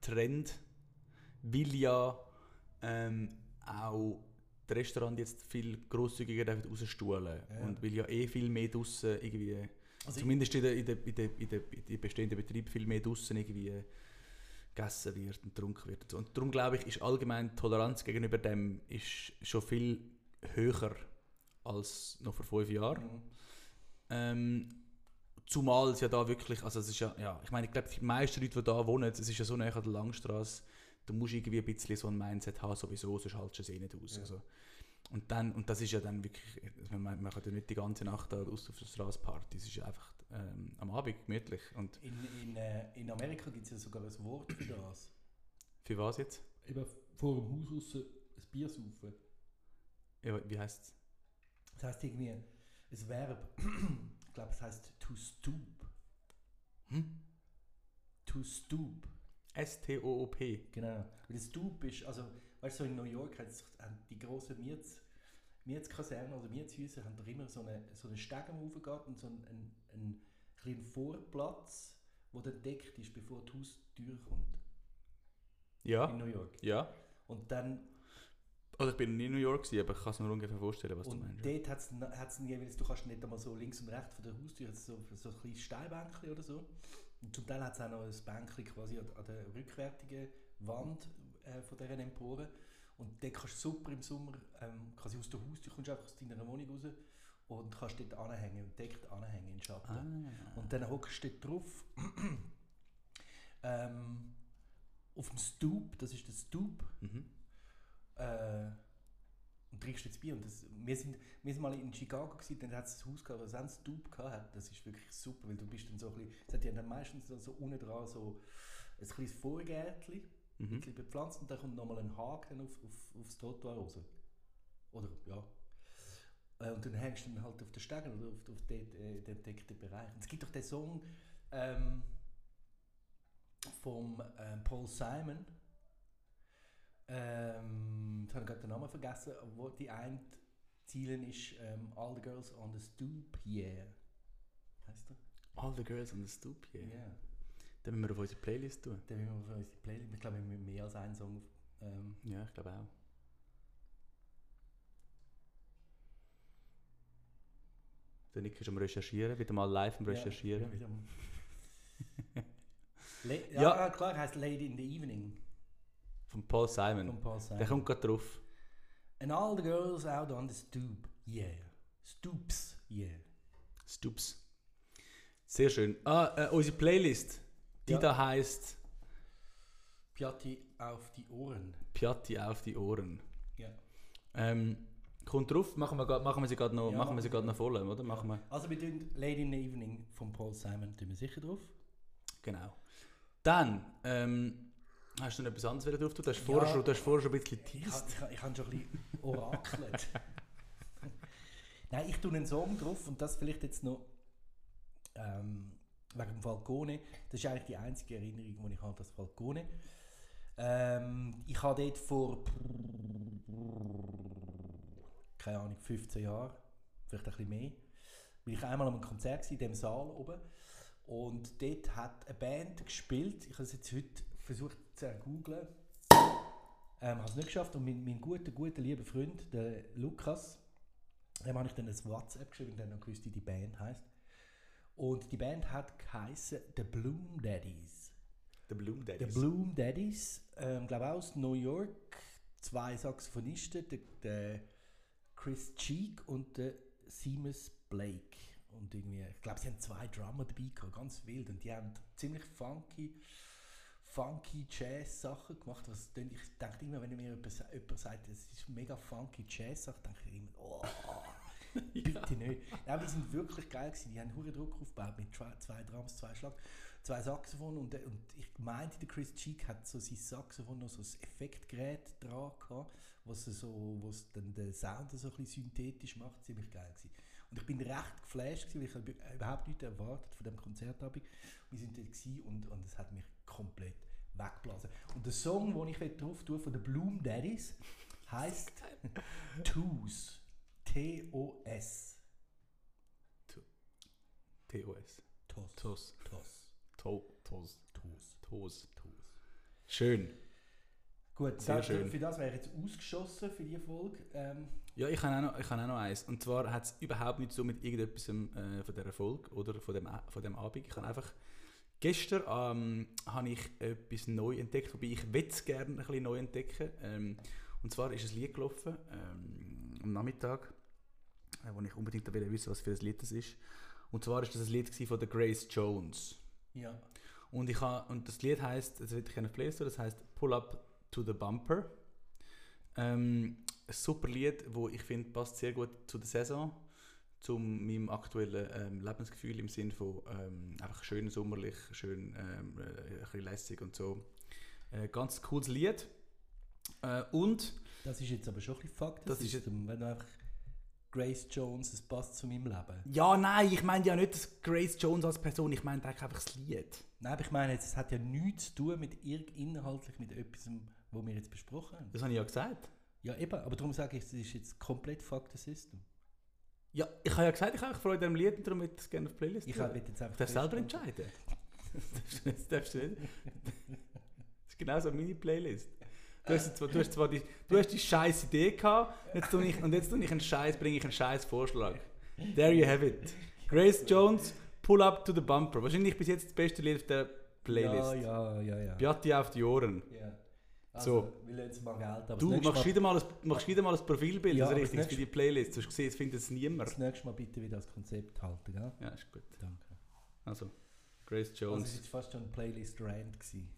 S1: Trend, weil ja ähm, auch die Restaurants jetzt viel grosszügiger dürfen rausstuhlen
S2: Ja.
S1: und weil ja eh viel mehr draussen irgendwie,
S2: Also
S1: zumindest in den in der, in der, in der, in der bestehenden Betrieb viel mehr draussen irgendwie äh, gegessen wird und getrunken wird. Und, so. und darum glaube ich, ist allgemein die Toleranz gegenüber dem ist schon viel höher als noch vor fünf Jahren.
S2: Mhm.
S1: Ähm, zumal es ja da wirklich, also es ist ja, ja ich meine, ich glaube, die meisten Leute, die da wohnen, es ist ja so nahe an der Langstrasse, da musst du irgendwie ein bisschen so ein Mindset haben, sowieso, sonst haltest du es eh nicht aus.
S2: Ja.
S1: Also. Und, dann, und das ist ja dann wirklich, also man, man kann ja nicht die ganze Nacht da aus auf der Straße Party, es ist ja einfach ähm, am Abend gemütlich. Und
S2: In, in, äh, in Amerika gibt es ja sogar ein Wort für das.
S1: für was jetzt?
S2: Eben vor dem Haus raus ein Bier saufen.
S1: Ja, wie heißt es?
S2: Das heisst irgendwie, ein Verb, ich glaube, es heisst to stoop.
S1: Hm?
S2: To stoop,
S1: S-T-O-O-P.
S2: genau. Weil das stoop ist, also, weißt du, so in New York hat's- haben die grossen Miets... Mietskasernen oder Mietshäuser haben doch immer so einen so eine Steg am Ufer gehabt und so einen, einen, einen kleinen Vorplatz, der dann deckt ist, bevor die Haustür kommt in
S1: Ja.
S2: New York.
S1: Ja.
S2: Und dann
S1: Also ich bin nie in New York, gewesen, aber ich kann es mir ungefähr vorstellen, was du
S2: und
S1: meinst.
S2: dort hat es jeweils, du kannst nicht einmal so links und rechts von der Haustür, hat's so, so ein kleines Steinbänkchen oder so. Und zum Teil hat es auch noch ein Bänkchen quasi an, an der rückwärtigen Wand äh, von dieser Empore. Und dort kannst du super im Sommer, ähm, quasi aus der Haustür, kommst du einfach aus deiner Wohnung raus und kannst dort anhängen, und deckt anhängen in den Schatten.
S1: Ah.
S2: Und dann hockst du dort drauf. <clears throat> ähm, auf dem Stoop, das ist der Stoop.
S1: Mhm.
S2: Äh, und trinkst jetzt Bier. Und das, wir, sind, wir sind mal in Chicago, gewesen, dann hat es ein Haus gehabt, das einen Stoop gehabt. Das ist wirklich super, weil du bist dann so ein bisschen, es hat ja dann meistens dann so unten dran so ein kleines Vorgärtchen, ein
S1: Mhm.
S2: bisschen bepflanzt und dann kommt nochmal ein Haken auf, auf, aufs Trottoir raus. Oder, ja. Äh, Und dann hängst du dann halt auf den Stegen oder auf, auf den, äh, den entdeckten Bereich. Und es gibt doch den Song ähm, vom ähm, Paul Simon. Ähm, jetzt habe ich gerade den Namen vergessen, wo die eine Zielen ist ähm, All the Girls on the Stoop, yeah. Heißt er?
S1: All the girls on the stoop, yeah.
S2: yeah.
S1: Den müssen wir auf unsere Playlist tun.
S2: Dann haben wir auf unsere Playlist. Ich glaube, wir haben mehr als einen Song auf. Ähm,
S1: Ja, ich glaube auch. Der Nick ist am Recherchieren, wieder mal live am Recherchieren.
S2: Ja, <laughs> Le-
S1: Ja.
S2: ja, klar, heißt Lady in the Evening
S1: Von Paul Simon.
S2: von Paul Simon.
S1: Der kommt gerade drauf.
S2: And all the girls out on the stoop, yeah. Stoops, yeah.
S1: Stups. Sehr schön. Ah, äh, unsere Playlist. Die
S2: Ja.
S1: da heisst
S2: Piatti auf die Ohren.
S1: Piatti auf die Ohren.
S2: Ja.
S1: Ähm, kommt drauf, machen wir, grad- machen wir sie gerade noch,
S2: Ja,
S1: machen wir sie
S2: machen
S1: grad noch voll, oder? Machen wir.
S2: Also wir tun Lady in the Evening von Paul Simon tun wir sicher drauf.
S1: Genau. Dann, ähm, hast du noch etwas anderes drauf? Du hast vorher
S2: Ja.
S1: schon, du hast vorher schon ein bisschen
S2: Ich, ha-
S1: teased.
S2: ich, ha- ich habe schon ein bisschen orakelt. Nein, ich tue einen Song drauf und das vielleicht jetzt noch ähm, wegen dem Falcone. Das ist eigentlich die einzige Erinnerung, die ich habe, das Falcone. Ähm, ich habe dort vor keine Ahnung, 15 Jahren, vielleicht ein bisschen mehr, bin ich einmal an einem Konzert gewesen, in dem Saal oben und dort hat eine Band gespielt. Ich habe es jetzt heute versucht zu googlen. Ähm, habe es nicht geschafft und mein, mein guter, guter, lieber Freund, der Lukas, dem habe ich dann ein WhatsApp geschrieben und dann noch gewusst, wie die Band heißt. Und die Band hat geheißen The Bloom Daddies.
S1: Der Bloom
S2: The Bloom Daddies, ähm, glaube auch aus New York, zwei Saxophonisten, der, der Chris Cheek und der Seamus Blake. Und irgendwie, ich glaube, sie haben zwei Drummer dabei gehabt, ganz wild. Und die haben ziemlich funky, funky Jazz-Sachen gemacht. Was dann, ich denke immer, wenn mir jemand, sa- jemand sagt, es ist mega funky Jazz-Sachen, denke ich immer, oh, bitte nicht. Nein, die sind wirklich geil gewesen. Die haben einen Druck aufgebaut mit zwei, zwei Drums, zwei Schlag zwei Saxophon und, der- und ich meinte, der Chris Cheek hat so sein Saxophon noch so ein Effektgerät dran gehabt, was er so, was dann den Sound so ein bisschen synthetisch macht, ziemlich geil gewesen. Und ich bin recht geflasht gewesen, weil ich habe überhaupt nichts erwartet von dem Konzertabend. Wir sind dort gewesen und, und es hat mich komplett weggeblasen. Und der Song, den ich drauf tue von den Bloom Daddies, heißt Tos. T-O-S.
S1: TOS.
S2: Tos.
S1: TOS.
S2: Tos.
S1: To TOS.
S2: Tos.
S1: TOS.
S2: Tos.
S1: Schön.
S2: Gut,
S1: Sehr
S2: das,
S1: schön.
S2: für das wäre ich jetzt ausgeschossen für die Folge. Ähm,
S1: Ja, ich habe auch, noch- ich habe auch noch eins. Und zwar hat es überhaupt nichts so mit irgendetwas äh, von dieser Folge oder von dem, A- von dem Abend. Ich habe einfach... Gestern ähm, habe ich etwas neu entdeckt, wobei ich will es gerne ein bisschen neu entdecken. Ähm, und zwar ist ein Lied gelaufen ähm, am Nachmittag, äh, wo ich unbedingt wissen wollte, was für ein Lied das ist. Und zwar ist das ein Lied gewesen von der Grace Jones.
S2: ja.
S1: Und, ich ha, und das Lied heißt, das wird ich in der Playlist, tun, das heißt Pull Up to the Bumper. Ähm, ein super Lied, wo ich finde, passt sehr gut zu der Saison, zu meinem aktuellen ähm, Lebensgefühl im Sinne von ähm, einfach schön sommerlich, schön ähm, äh, ein bisschen lässig und so. Äh, ganz cooles Lied. Äh, und
S2: Das ist jetzt aber schon ein bisschen Fakt.
S1: Das ist jetzt-
S2: ähm, wenn du einfach Grace Jones, es passt zu meinem Leben.
S1: ja, nein, ich meine ja nicht das Grace Jones als Person, ich meine einfach das Lied.
S2: Nein, aber ich meine, jetzt, es hat ja nichts zu tun mit irgend inhaltlich mit etwas, was wir jetzt besprochen haben.
S1: Das habe ich ja gesagt.
S2: Ja, eben, aber darum sage ich, es ist jetzt komplett Fakt das System.
S1: Ja, ich habe ja gesagt, ich habe mich gefreut an dem Lied und darum möchte ich es gerne auf die Playlist
S2: Ich
S1: tun.
S2: habe jetzt einfach.
S1: Du darfst selber entscheiden. <laughs> Das darfst du nicht- darfst du nicht. Das ist genauso meine Playlist. Du hast, zwar, du hast, zwar die, du hast die scheiß Idee gehabt jetzt tue ich, und jetzt tue ich einen scheiß, bringe ich einen scheiß Vorschlag. There you have it. Grace Jones, Pull Up to the Bumper. Wahrscheinlich bis jetzt das beste Lied auf der Playlist.
S2: Ja, ja, ja, ja.
S1: Piatti auf die Ohren.
S2: ja.
S1: So.
S2: Also, wir lassen es mal Geld, aber
S1: Du
S2: das, nächste
S1: machst
S2: mal,
S1: wieder, mal ein, machst wieder mal ein Profilbild,
S2: Ja,
S1: das
S2: aber
S1: ist richtig
S2: das
S1: für die Playlist. Sonst gesehen, findet es niemand.
S2: das nächste Mal bitte wieder das Konzept halten, gell?
S1: Ja, ist gut.
S2: Danke.
S1: Also, Grace
S2: Also, es war
S1: Jones,
S2: jetzt fast schon ein Playlist-Rand. gewesen.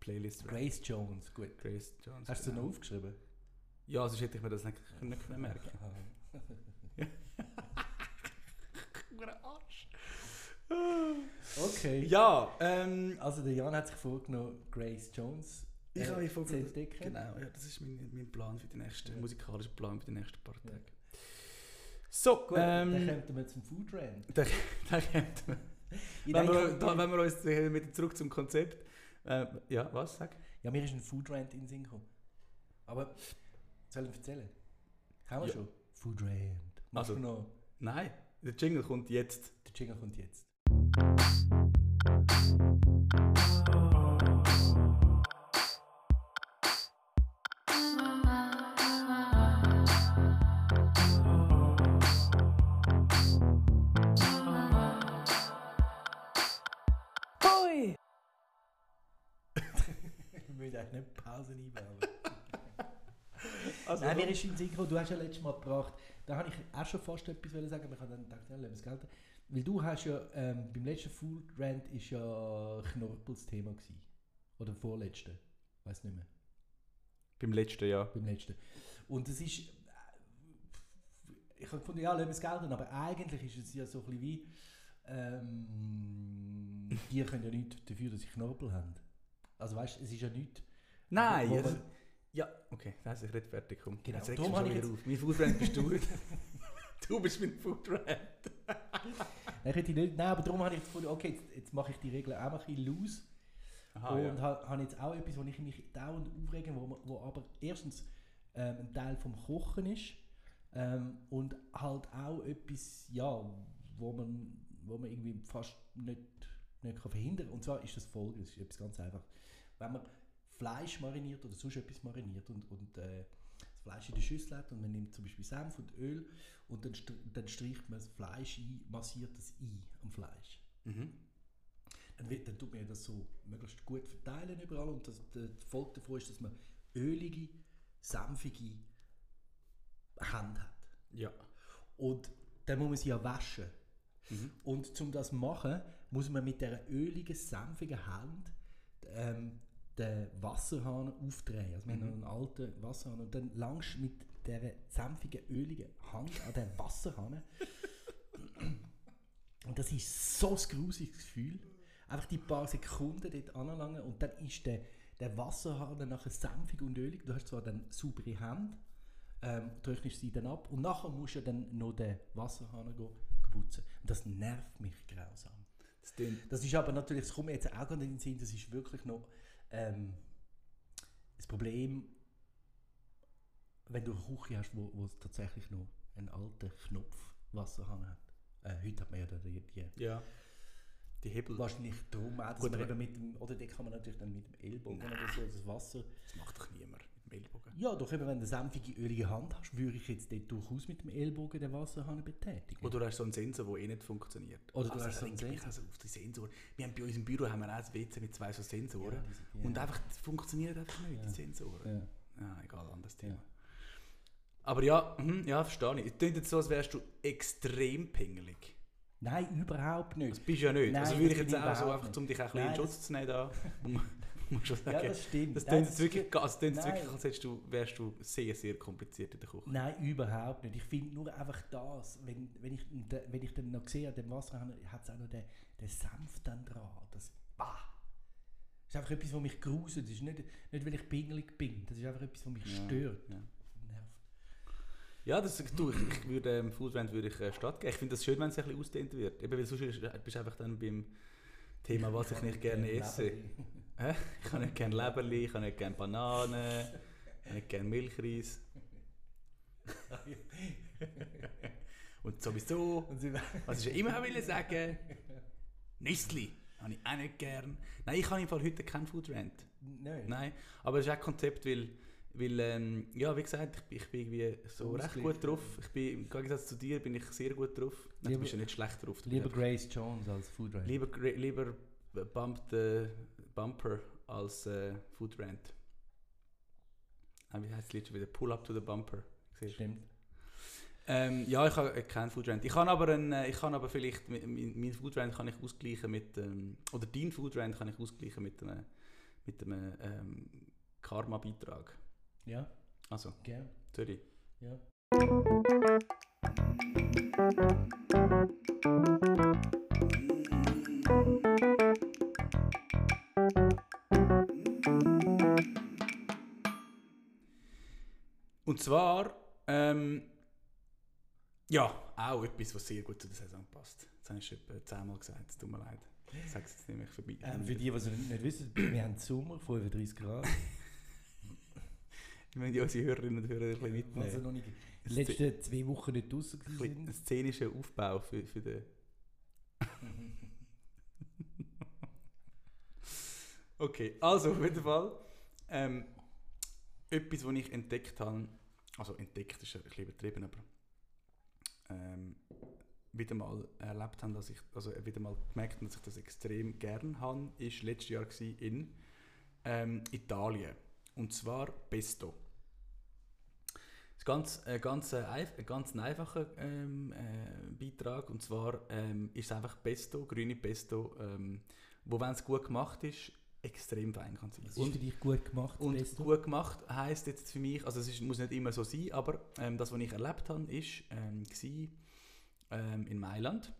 S1: Playlist.
S2: Grace Jones, gut.
S1: Grace Jones.
S2: Also, Hast du
S1: genau.
S2: noch aufgeschrieben?
S1: Ja, sonst hätte ich mir das nicht, nicht können merken
S2: <laughs> okay.
S1: Ja, ähm,
S2: Also der Jan hat sich vorgenommen, Grace Jones äh,
S1: Ich habe mich vorgenommen,
S2: zu entdecken.
S1: genau, ja, das ist mein, mein Plan für die nächsten,
S2: Ja.
S1: musikalischer Plan für die nächsten paar Tage.
S2: So, gut,
S1: ähm, <laughs>
S2: dann kommen wir zum Food Rand.
S1: Da kommt-
S2: Ich
S1: wenn,
S2: denke,
S1: wir, da, wenn wir uns äh, wieder zurück zum Konzept. Äh, ja, was? Sag.
S2: ja, mir ist ein Food Rant in den Sinn gekommen. Aber, soll ich erzählen? Haben wir
S1: Ja.
S2: schon? Food Rant. Machst
S1: Also-
S2: du noch?
S1: Nein, der Jingle kommt jetzt.
S2: Der Jingle kommt jetzt. <laughs> müssen eigentlich nicht Pausen einbauen.
S1: Also,
S2: Nein, mir ist im Sinn gekommen, du hast ja letztes Mal gebracht, da habe ich auch schon fast etwas wollen sagen, aber ich habe dann gedacht, ja, lassen wir es gelten. Weil du hast ja, ähm, beim letzten Food Rant ist ja Knorpels Thema gewesen. Oder vorletzten, weiß nicht mehr,
S1: beim letzten Jahr.
S2: beim letzten. Und es ist, äh, ich habe gefunden, ja, lassen wir es gelten, aber eigentlich ist es ja so ein bisschen wie, ähm, die können ja nichts dafür, dass sie Knorpel haben. Also weißt du, es ist ja nichts.
S1: Nein,
S2: wo
S1: jetzt.
S2: man-
S1: Ja, okay, das ist recht fertig. Komm.
S2: Genau,
S1: Jetzt regst
S2: darum
S1: du
S2: habe
S1: mich
S2: ich
S1: wieder auf. Mein Foodbrand bist
S2: <laughs>
S1: du. du bist mein Foodbrand.
S2: Nein, ich hätte nicht, nein, aber darum habe ich gefunden, okay, jetzt, jetzt mache ich die Regeln auch ein bisschen loose. und ha- habe jetzt auch etwas, wo ich mich dauernd aufrege, wo, man- wo aber erstens ähm, ein Teil vom Kochen ist ähm, und halt auch etwas, ja, wo man, wo man irgendwie fast nicht, nicht kann verhindern kann. Und zwar ist das folgendes, das ist etwas ganz einfach. Wenn man Fleisch mariniert oder sonst etwas mariniert und, und äh, das Fleisch in der Schüssel hat und man nimmt zum Beispiel Senf und Öl und dann, str- dann streicht man das Fleisch ein, massiert das ein am Fleisch
S1: Mhm.
S2: dann, wird, dann tut man ja das so möglichst gut verteilen überall und das, der Folge davon ist, dass man ölige, sanftige Hände hat.
S1: Ja.
S2: Und dann muss man sie ja waschen.
S1: Mhm.
S2: Und um das zu machen, muss man mit dieser öligen, sanftigen Hand ähm, den Wasserhahn aufdrehen. Also wir haben noch einen alten Wasserhahn. Und dann langst du mit dieser sanftigen, öligen Hand an den Wasserhahn. und das ist so ein grusiges Gefühl. Einfach die paar Sekunden dort anlangen und dann ist der, der Wasserhahn dann nachher sanftig und ölig. Du hast zwar dann saubere Hände, ähm, trocknest sie dann ab und nachher musst du dann noch den Wasserhahn go- go putzen. Und das nervt mich grausam.
S1: Das klingt,
S2: Das ist aber natürlich, es kommt mir jetzt auch gerade in den Sinn, das ist wirklich noch ähm, das Problem, wenn du eine Küche hast, wo, wo es tatsächlich noch einen alten Knopf Wasserhahn hat. Äh, heute hat man ja da die, die
S1: ja. Die Hebel.
S2: wahrscheinlich drum auch, dass
S1: Gut,
S2: man
S1: aber-
S2: eben mit dem, oder den kann man natürlich dann mit dem Ellbogen
S1: Nein.
S2: oder so das Wasser.
S1: Das macht doch niemand mit dem Ellbogen.
S2: Ja, doch eben, wenn du eine sanftige, ölige Hand hast, würde ich jetzt dort durchaus mit dem Ellbogen den Wasserhahn betätigen.
S1: Oder du hast so einen Sensor, der eh nicht funktioniert.
S2: Oder du hast
S1: das
S2: so einen
S1: regt mich Also auf die Sensoren. Wir haben bei uns im Büro haben wir auch ein WC mit zwei so Sensoren.
S2: Ja, die sind- ja.
S1: Und einfach das funktioniert einfach nicht, die Sensoren.
S2: Ja.
S1: Ah, egal, anderes Thema.
S2: Ja.
S1: Aber ja, mhm, ja, verstehe ich. Es klingt jetzt so, als wärst du extrem pingelig.
S2: Nein, überhaupt nicht.
S1: Das bist du ja nicht.
S2: Nein,
S1: also würde
S2: das
S1: ich jetzt
S2: bin ich
S1: auch so,
S2: überhaupt
S1: einfach,
S2: nicht.
S1: um dich auch ein bisschen in
S2: Nein,
S1: Schutz zu nehmen,
S2: <laughs>
S1: da, muss muss schon sagen.
S2: Ja, das stimmt.
S1: das
S2: Nein,
S1: klingt jetzt
S2: das
S1: wirklich, also klingt jetzt
S2: Nein.
S1: wirklich als hättest du, wärst du sehr, sehr kompliziert in der Küche.
S2: Nein, überhaupt nicht. Ich finde nur einfach das, wenn, wenn, ich, wenn ich dann noch sehe, an dem Wasserhahn hat es auch noch den, den Senf dann dran. Das, bah. das ist einfach etwas, was mich gruselt. Das ist nicht, nicht, weil ich pingelig bin. Das ist einfach etwas, was mich stört.
S1: Ja.
S2: Nervt.
S1: Ja, das, du, ich, ich würde ähm, Foodtrend würde ich äh, stattgeben. Ich finde das schön, wenn es ein bisschen ausdehnt wird. Eben, weil sonst ist- äh, bist du einfach dann beim Thema, was ich nicht gerne esse. Hä? Ich kann nicht gerne Leberli, ich kann nicht gerne Bananen, ich kann nicht gerne Milchreis. Und sowieso,
S2: <laughs> Und sie
S1: was ich schon immer auch wollte sagen, Nüssli habe ich auch nicht gern. Nein, ich habe im Fall heute keinen Foodtrend.
S2: Nein.
S1: Nein, aber es ist auch ein Konzept, weil, weil ähm, ja, wie gesagt, ich, bin- ich bin irgendwie so recht
S2: Ausgleich,
S1: gut drauf. Ich bin, im Gegensatz zu dir bin ich sehr gut drauf. Nein, du
S2: Lieber-
S1: bist ja nicht schlecht drauf. Du
S2: Lieber
S1: bist einfach-
S2: Grace Jones als Food Writer.
S1: lieber, Gra- lieber bumped, äh, Bumper als äh, Food Rant. Nein, wie heißt das Lied schon wieder? Pull up to the Bumper. Siehst du?
S2: Stimmt.
S1: Ähm, ja, ich habe äh, keinen Food Rant. Ich kann aber, einen, äh, ich kann aber vielleicht, mi- mi- mein Food Rant kann ich ausgleichen mit, ähm, oder dein Food Rant kann ich ausgleichen mit einem, mit einem ähm, Karma-Beitrag.
S2: Ja,
S1: Also,
S2: gell.
S1: Zürich.
S2: Ja.
S1: Und zwar, ähm, ja, auch etwas, was sehr gut zu der Saison passt. Das habe ich schon etwa zehnmal gesagt, es tut mir leid. Ich sage es jetzt nämlich vorbei.
S2: Ähm, für die, die es
S1: <laughs>
S2: nicht wissen, wir haben Sommer, 35 Grad.
S1: Wir müssen ja unsere Hörerinnen und Hörer ein bisschen mitnehmen.
S2: Also noch nicht,
S1: Es
S2: die letzten zwei Wochen nicht draußen
S1: ein bisschen ein
S2: sind.
S1: szenischer Aufbau für, für den. okay, also auf jeden Fall. Ähm, etwas, was ich entdeckt habe, also entdeckt ist ein bisschen übertrieben, aber ähm, wieder mal erlebt habe, dass ich, also wieder mal gemerkt habe, dass ich das extrem gern habe, ist letztes Jahr gewesen in ähm, Italien. Und zwar Pesto. Das ganz, äh, ganz, äh, einf- ein ganz einfacher ähm, äh, Beitrag. Und zwar ähm, ist es einfach Pesto, grüne Pesto, ähm, wo, wenn es gut gemacht ist, extrem fein kann sein.
S2: Das Also ist
S1: Und
S2: für dich gut gemacht,
S1: und
S2: Pesto?
S1: gut gemacht heisst jetzt für mich, also es ist, muss nicht immer so sein, aber ähm, das, was ich erlebt habe, ist ähm, gsi, ähm, in Mailand,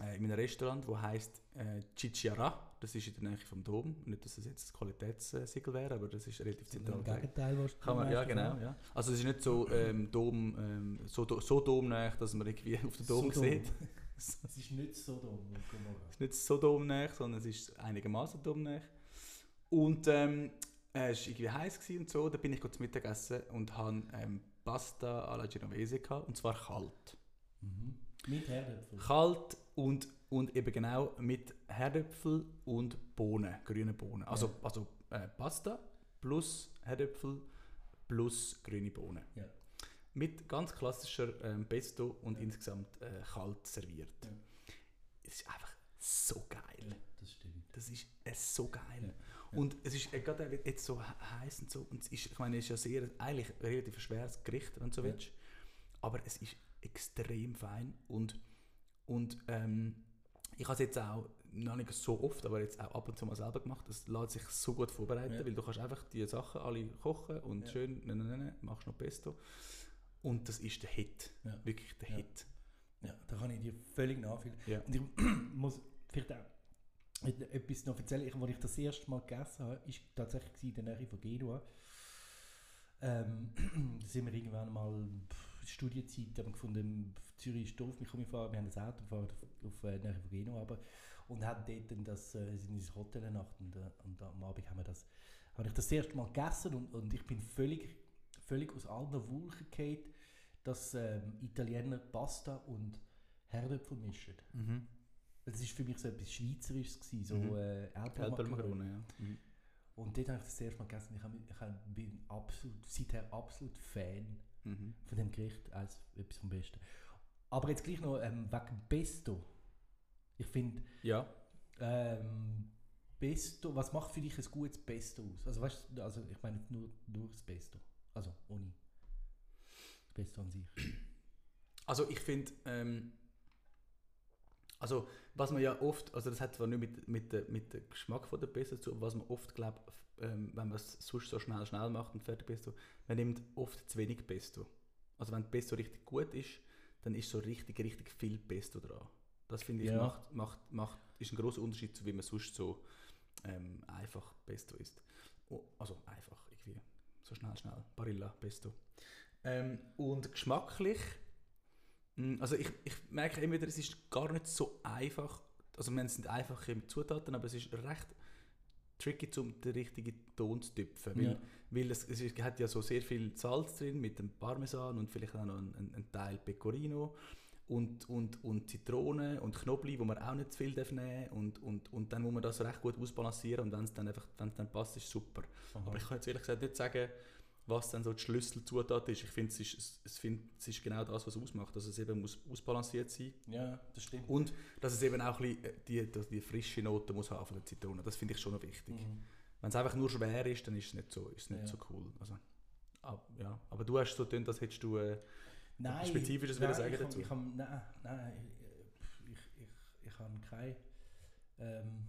S1: äh, in einem Restaurant, wo heißt äh, Cicciara. Das ist in der Nähe vom Dom. Nicht, dass es jetzt ein Qualitätssiegel wäre, aber das ist relativ
S2: Im
S1: zentral. gelegen.
S2: Gegenteil, was du
S1: Kann man, ja,
S2: meistens
S1: genau.
S2: machst.
S1: Ja. Also es ist nicht so ähm, Dom, ähm, so, do- so domnäch, dass man irgendwie <laughs> auf den Dom
S2: So dumm.
S1: sieht.
S2: <laughs> Es ist nicht so dumm, Gomorra.
S1: ist nicht so domnäch, sondern es ist einigermaßen domnäch. Und ähm, äh, es war irgendwie heiß gewesen und so. Da bin ich kurz Mittagessen und habe ähm, Pasta alla Genovese gehabt, und zwar kalt.
S2: Mhm. Mit Herdöpfel.
S1: Kalt und, und eben genau mit Herdöpfel und Bohnen, grüne Bohnen. Also, also äh, Pasta plus Herdöpfel plus grüne Bohnen.
S2: Ja.
S1: Mit ganz klassischer ähm, Pesto und
S2: Ja.
S1: insgesamt äh, kalt serviert.
S2: Ja.
S1: Es ist einfach so geil.
S2: Ja, das stimmt.
S1: Das ist äh, so geil.
S2: Ja.
S1: Und es ist äh, gerade äh, jetzt so he- heiß und so. Und es ist, ich meine, es ist ja sehr, eigentlich ein relativ schweres Gericht, wenn du so
S2: Ja.
S1: willst. Aber es ist extrem fein. Und, und ähm, ich habe es jetzt auch noch nicht so oft, aber jetzt auch ab und zu mal selber gemacht. Es lässt sich so gut vorbereiten,
S2: Ja.
S1: weil du kannst einfach die Sachen alle kochen und
S2: Ja.
S1: schön ne, ne, ne, ne, machst noch Pesto. Und das ist der Hit.
S2: Ja.
S1: Wirklich der
S2: Ja.
S1: Hit.
S2: Ja, da kann ich dir völlig nachfühlen.
S1: Ja.
S2: Und ich <clears throat> muss vielleicht auch etwas noch erzählen. Ich, als ich das erste Mal gegessen habe, war tatsächlich gewesen in der Nähe von Genua. Ähm, <clears throat> da sind wir irgendwann mal pff, Studienzeit, haben gefunden, pff, Zürich ist doof, wir kommen fahren, wir haben ein Auto und fahren auf, auf äh, die Nähe von Genua runter. und haben dort dann das, äh, sind ins Hotel eine Nacht und, äh, und am Abend haben wir das, habe ich das erste Mal gegessen und, und ich bin völlig, völlig aus allen Wolken gefallen, dass ähm, Italiener Pasta und Herdöpfel mischen.
S1: Mhm.
S2: Das war für mich so etwas Schweizerisches, gewesen, so
S1: Mhm.
S2: äh, Erdbeermakaroni.
S1: Erdbeermakarone, ja. Mhm.
S2: Und dort habe ich das erste Mal gegessen. Ich, habe, ich habe, bin absolut, seither absolut Fan
S1: Mhm.
S2: von dem Gericht als etwas vom Besten. Aber jetzt gleich noch ähm, wegen Pesto. Ich finde,
S1: Ja.
S2: ähm, Pesto, was macht für dich ein gutes Pesto aus? Also, weißt, du, also ich meine jetzt nur, nur das Pesto. Also ohne das Pesto an sich.
S1: Also ich finde, ähm, also was man ja oft, also das hat zwar nicht mit, mit, der- mit dem Geschmack von der Pizza zu, aber was man oft glaubt, ähm, wenn man es sonst so schnell schnell macht und fertig Pesto, man nimmt oft zu wenig Pesto. Also wenn die Pesto richtig gut ist, dann ist so richtig, richtig viel Pesto dran. Das finde ich
S2: Ja.
S1: macht, macht, macht, ist ein großer Unterschied zu wie man sonst so ähm, einfach Pesto isst. Oh, also einfach irgendwie so schnell schnell Barilla Pesto. Ähm, und geschmacklich Mm, Also ich, ich merke immer wieder, es ist gar nicht so einfach. Also wir sind einfache Zutaten, aber es ist recht tricky, um den richtigen Ton zu tüpfen. Weil,
S2: Ja.
S1: weil es, es ist, hat ja so sehr viel Salz drin mit dem Parmesan und vielleicht auch noch einen, einen- einen Teil Pecorino und, und, und Zitrone und Knoblauch, wo man auch nicht zu viel darf nehmen darf. Und, und, und dann muss man das recht gut ausbalancieren und wenn es dann einfach wenn es dann passt, ist super. Aber ich kann jetzt ehrlich gesagt nicht sagen, was dann so die Schlüsselzutat ist. Ich finde, es ist, es, es, find, es ist genau das, was es ausmacht. Dass es eben muss ausbalanciert sein
S2: Ja, das stimmt.
S1: und dass es eben auch ein bisschen äh, die, dass die frische Note muss haben von der Zitrone. Das finde ich schon noch wichtig.
S2: Mhm.
S1: Wenn es einfach nur schwer ist, dann ist es nicht so, ist es nicht
S2: Ja.
S1: so cool. Also, ab, ja. Aber du hast so getan, das hättest du... Äh,
S2: Nein,
S1: Spezifisches
S2: nein,
S1: würde ich sagen
S2: ich hab-
S1: dazu.
S2: Ich hab, nein, nein, ich, ich, ich, ich habe kein, ähm,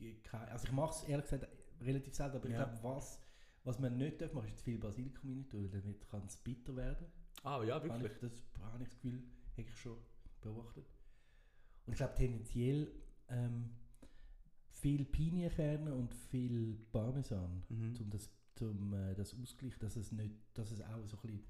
S2: ge- kein, also ich mache es ehrlich gesagt relativ selten, aber
S1: Ja.
S2: ich glaube, was, was man nicht darf machen, ist zu viel Basilikum rein tun, weil damit kann es bitter werden.
S1: ah ja,
S2: Habe
S1: wirklich.
S2: ich, das habe ich das Gefühl, habe ich schon beobachtet. Und ich glaube tendenziell ähm, viel Pinienkerne und viel Parmesan
S1: Mhm.
S2: um das, zum, äh, das Ausgleich, dass es nicht, dass es auch so ein bisschen,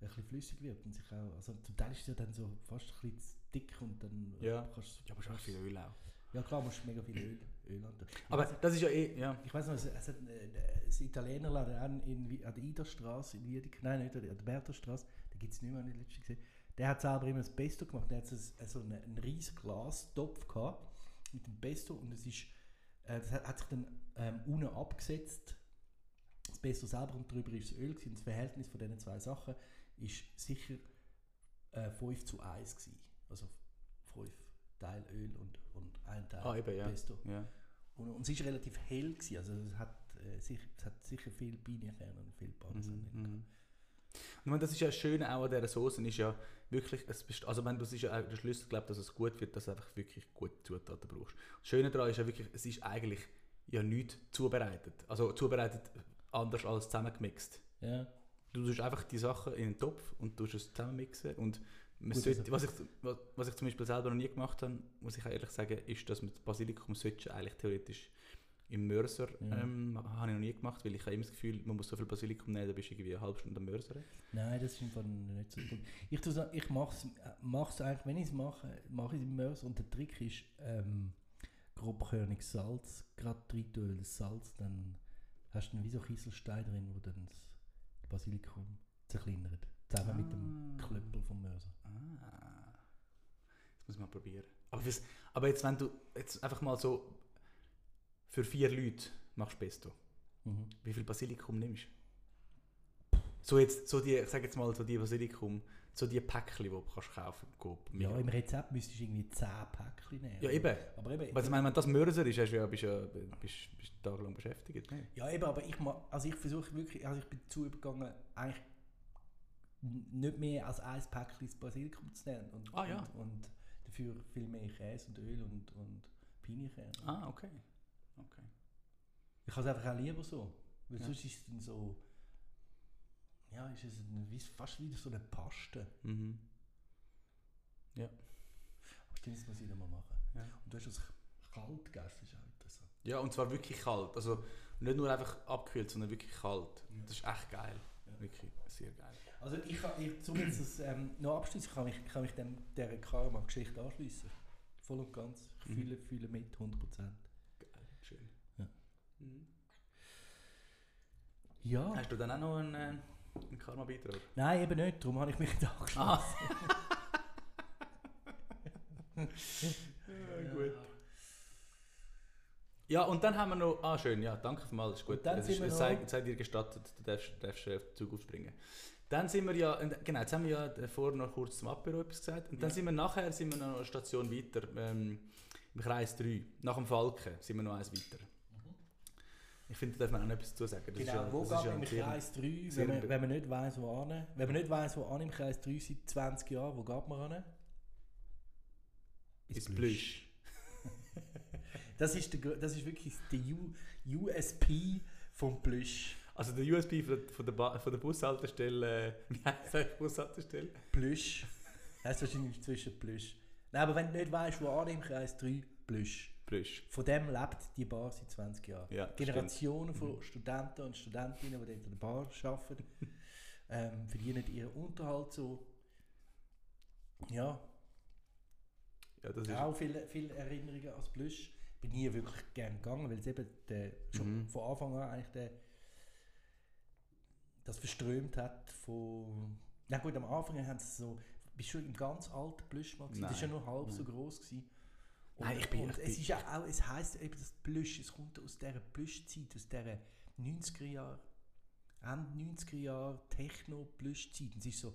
S2: ein bisschen flüssig wird und sich auch, also zum Teil ist es ja dann so fast ein bisschen zu dick und dann äh,
S1: Ja.
S2: kannst
S1: Ja, aber schon viel Öl auch.
S2: ja klar, musst mega viel Öl, Öl antun. Ich
S1: Aber
S2: weiss-
S1: das ist ja eh... Ja.
S2: ich weiß noch, es, es hat äh, ein Italienerladen an, in, Wi- an der Iderstraße in Wiedek, nein, nicht an der an der Berthastraße, da gibt es nicht mehr, habe ich letztens gesehen. Der hat selber immer das Pesto gemacht. Der hat so ein- so einen, einen riesen Glastopf gehabt mit dem Pesto und es ist, äh, das hat, hat sich dann ähm, unten abgesetzt, das Pesto selber und drüber ist das Öl gewesen. Das Verhältnis von diesen zwei Sachen ist sicher äh, 5 zu 1 gewesen. Also 5 Teil Öl und, und ein Teil
S1: Ah, eben, ja.
S2: Pesto.
S1: ja.
S2: Und, und es ist relativ hell gewesen, also es hat, äh, sich, es hat sicher viel Beinenkerne und viel Parmesan.
S1: Mhm,
S2: drin gehabt.
S1: mhm. Und wenn das ist ja schön auch an dieser Soße, ist ja wirklich, es best- also wenn du es ist ja auch der Schlüssel glaubt, dass es gut wird, dass du einfach wirklich gute Zutaten brauchst. Das Schöne daran ist ja wirklich, es ist eigentlich ja nichts zubereitet. Also zubereitet anders als zusammengemixt.
S2: Ja.
S1: Du tust einfach die Sachen in einen Topf und tust es zusammenmixen und man
S2: Gut,
S1: sollte,
S2: also-
S1: was, ich, was, was ich zum Beispiel selber noch nie gemacht habe, muss ich auch ehrlich sagen, ist, dass man das Basilikum sollte eigentlich theoretisch im Mörser
S2: Ja.
S1: ähm, habe ich noch nie gemacht, weil ich habe immer das Gefühl, man muss so viel Basilikum nehmen, dann bist du irgendwie eine halbe Stunde am Mörsern.
S2: Nein, das ist im Fall nicht so gut. Ich, tu's a- ich mache es eigentlich, wenn ich es mache, mache ich es im Mörs und der Trick ist, ähm, grobkörnig Salz, gerade Tritöl, Salz, dann hast du dann wie so Kieselstein drin, wo dann das Basilikum zerkleinert. Zusammen Also mit dem Klöppel vom Mörser.
S1: Ah. Das muss ich mal probieren. Aber, fürs, aber jetzt, wenn du jetzt einfach mal so für vier Leute machst Pesto,
S2: Mhm.
S1: wie viel Basilikum nimmst du? So jetzt, so die, ich sag jetzt mal, so die Basilikum, so die Päckchen, die du kannst kaufen kannst.
S2: Ja, im Rezept müsstest du irgendwie 10 Päckchen nehmen.
S1: ja, eben.
S2: Aber eben,
S1: Aber ich meine, wenn das Mörser ist, hast du ja, bist du ja, bist, bist du tagelang beschäftigt. Ne?
S2: Ja, eben, aber ich, ma- also ich versuche wirklich, also ich bin dazu übergegangen, eigentlich n- nicht mehr als ein Päckchen Basilikum zu nehmen. Und,
S1: Ah, ja.
S2: und, und dafür viel mehr Käse und Öl und, und Pinienkerne.
S1: Ah, okay. okay.
S2: Ich habe es einfach auch lieber so. Weil
S1: Ja.
S2: sonst ist es dann so. Ja, ist es ein, wie, fast wieder so eine Paste.
S1: Mhm.
S2: Aber stimmt, das muss ich nochmal machen.
S1: Ja.
S2: Und du hast es kalt gegessen, ist halt auch interessant.
S1: Ja, und zwar wirklich kalt. Also nicht nur einfach abgekühlt, sondern wirklich kalt.
S2: Ja.
S1: Das ist echt geil.
S2: Ja.
S1: Wirklich sehr geil.
S2: Also ich kann, ich, zum jetzt das ähm, noch abschließen, kann ich kann mich dem, dieser Karma-Geschichte anschließen. Voll und ganz. Ich
S1: Mhm.
S2: fühle, fühle mit, 100%.
S1: Geil, schön.
S2: Ja.
S1: Mhm.
S2: Ja.
S1: Hast du dann auch noch einen, äh, einen Karma-Beitrag?
S2: Nein, eben nicht, darum habe ich mich da angeschlossen.
S1: Ah. Ja,
S2: Genau,
S1: gut. Ja, und dann haben wir noch. Ah, schön, ja, danke vielmals, ist gut.
S2: Und dann
S1: es
S2: sind
S1: ist,
S2: wir
S1: es
S2: noch-
S1: sei, sei dir gestattet, du darfst, darfst äh, auf den Zug aufspringen. Dann sind wir ja, und genau, jetzt haben wir ja äh, vorher noch kurz zum Apero etwas gesagt. Und dann
S2: Ja.
S1: sind wir nachher sind wir noch eine Station weiter, ähm, im Kreis 3. Nach dem Falken sind wir noch eins weiter. Ich finde, da darf man auch noch etwas dazu sagen. Das ist
S2: Mhm. Genau,
S1: ja,
S2: wo
S1: das ist ja
S2: geht man im
S1: ein sehr-
S2: Kreis 3,
S1: sehr
S2: wenn man,
S1: be-
S2: wenn man nicht weiss, wo an? Wenn man nicht weiss, wo an im Kreis 3 seit 20 Jahren, wo geht man an?
S1: Ist Plüsch.
S2: Das ist, der, gro- das ist wirklich der U, USP vom Plüsch.
S1: Also der USB von der, von der, Ba- von der Bushaltestelle, <laughs> äh, wie heisst das, Bushaltestelle?
S2: Plüsch. Heißt wahrscheinlich zwischen Plüsch. Nein, aber wenn du nicht weißt, wo an im Kreis 3, Plüsch.
S1: Plüsch.
S2: Von dem lebt die Bar seit 20 Jahren.
S1: Ja, das
S2: Generationen von Studenten und Studentinnen, die dort an der Bar arbeiten, ähm, verdienen ihren Unterhalt so. Ja,
S1: Ja, das ist
S2: auch viele, viele Erinnerungen als Plüsch. Bin nie wirklich gern gegangen, weil es eben der, schon
S1: Mhm.
S2: von Anfang an eigentlich der, das verströmt hat von... Na gut, am Anfang haben sie so... Bist du schon im ganz alten Plüsch mal gewesen? Das ist ja
S1: Nein,
S2: nur halb so
S1: nein.
S2: groß gewesen.
S1: Nein, ich bin-
S2: und
S1: ich
S2: es
S1: bin-
S2: ist ja auch, es heisst eben das Plüsch, es kommt aus dieser Plüschzeit, aus dieser 90er Jahre, Ende 90er Jahre Techno-Plüschzeit. Und Es ist so,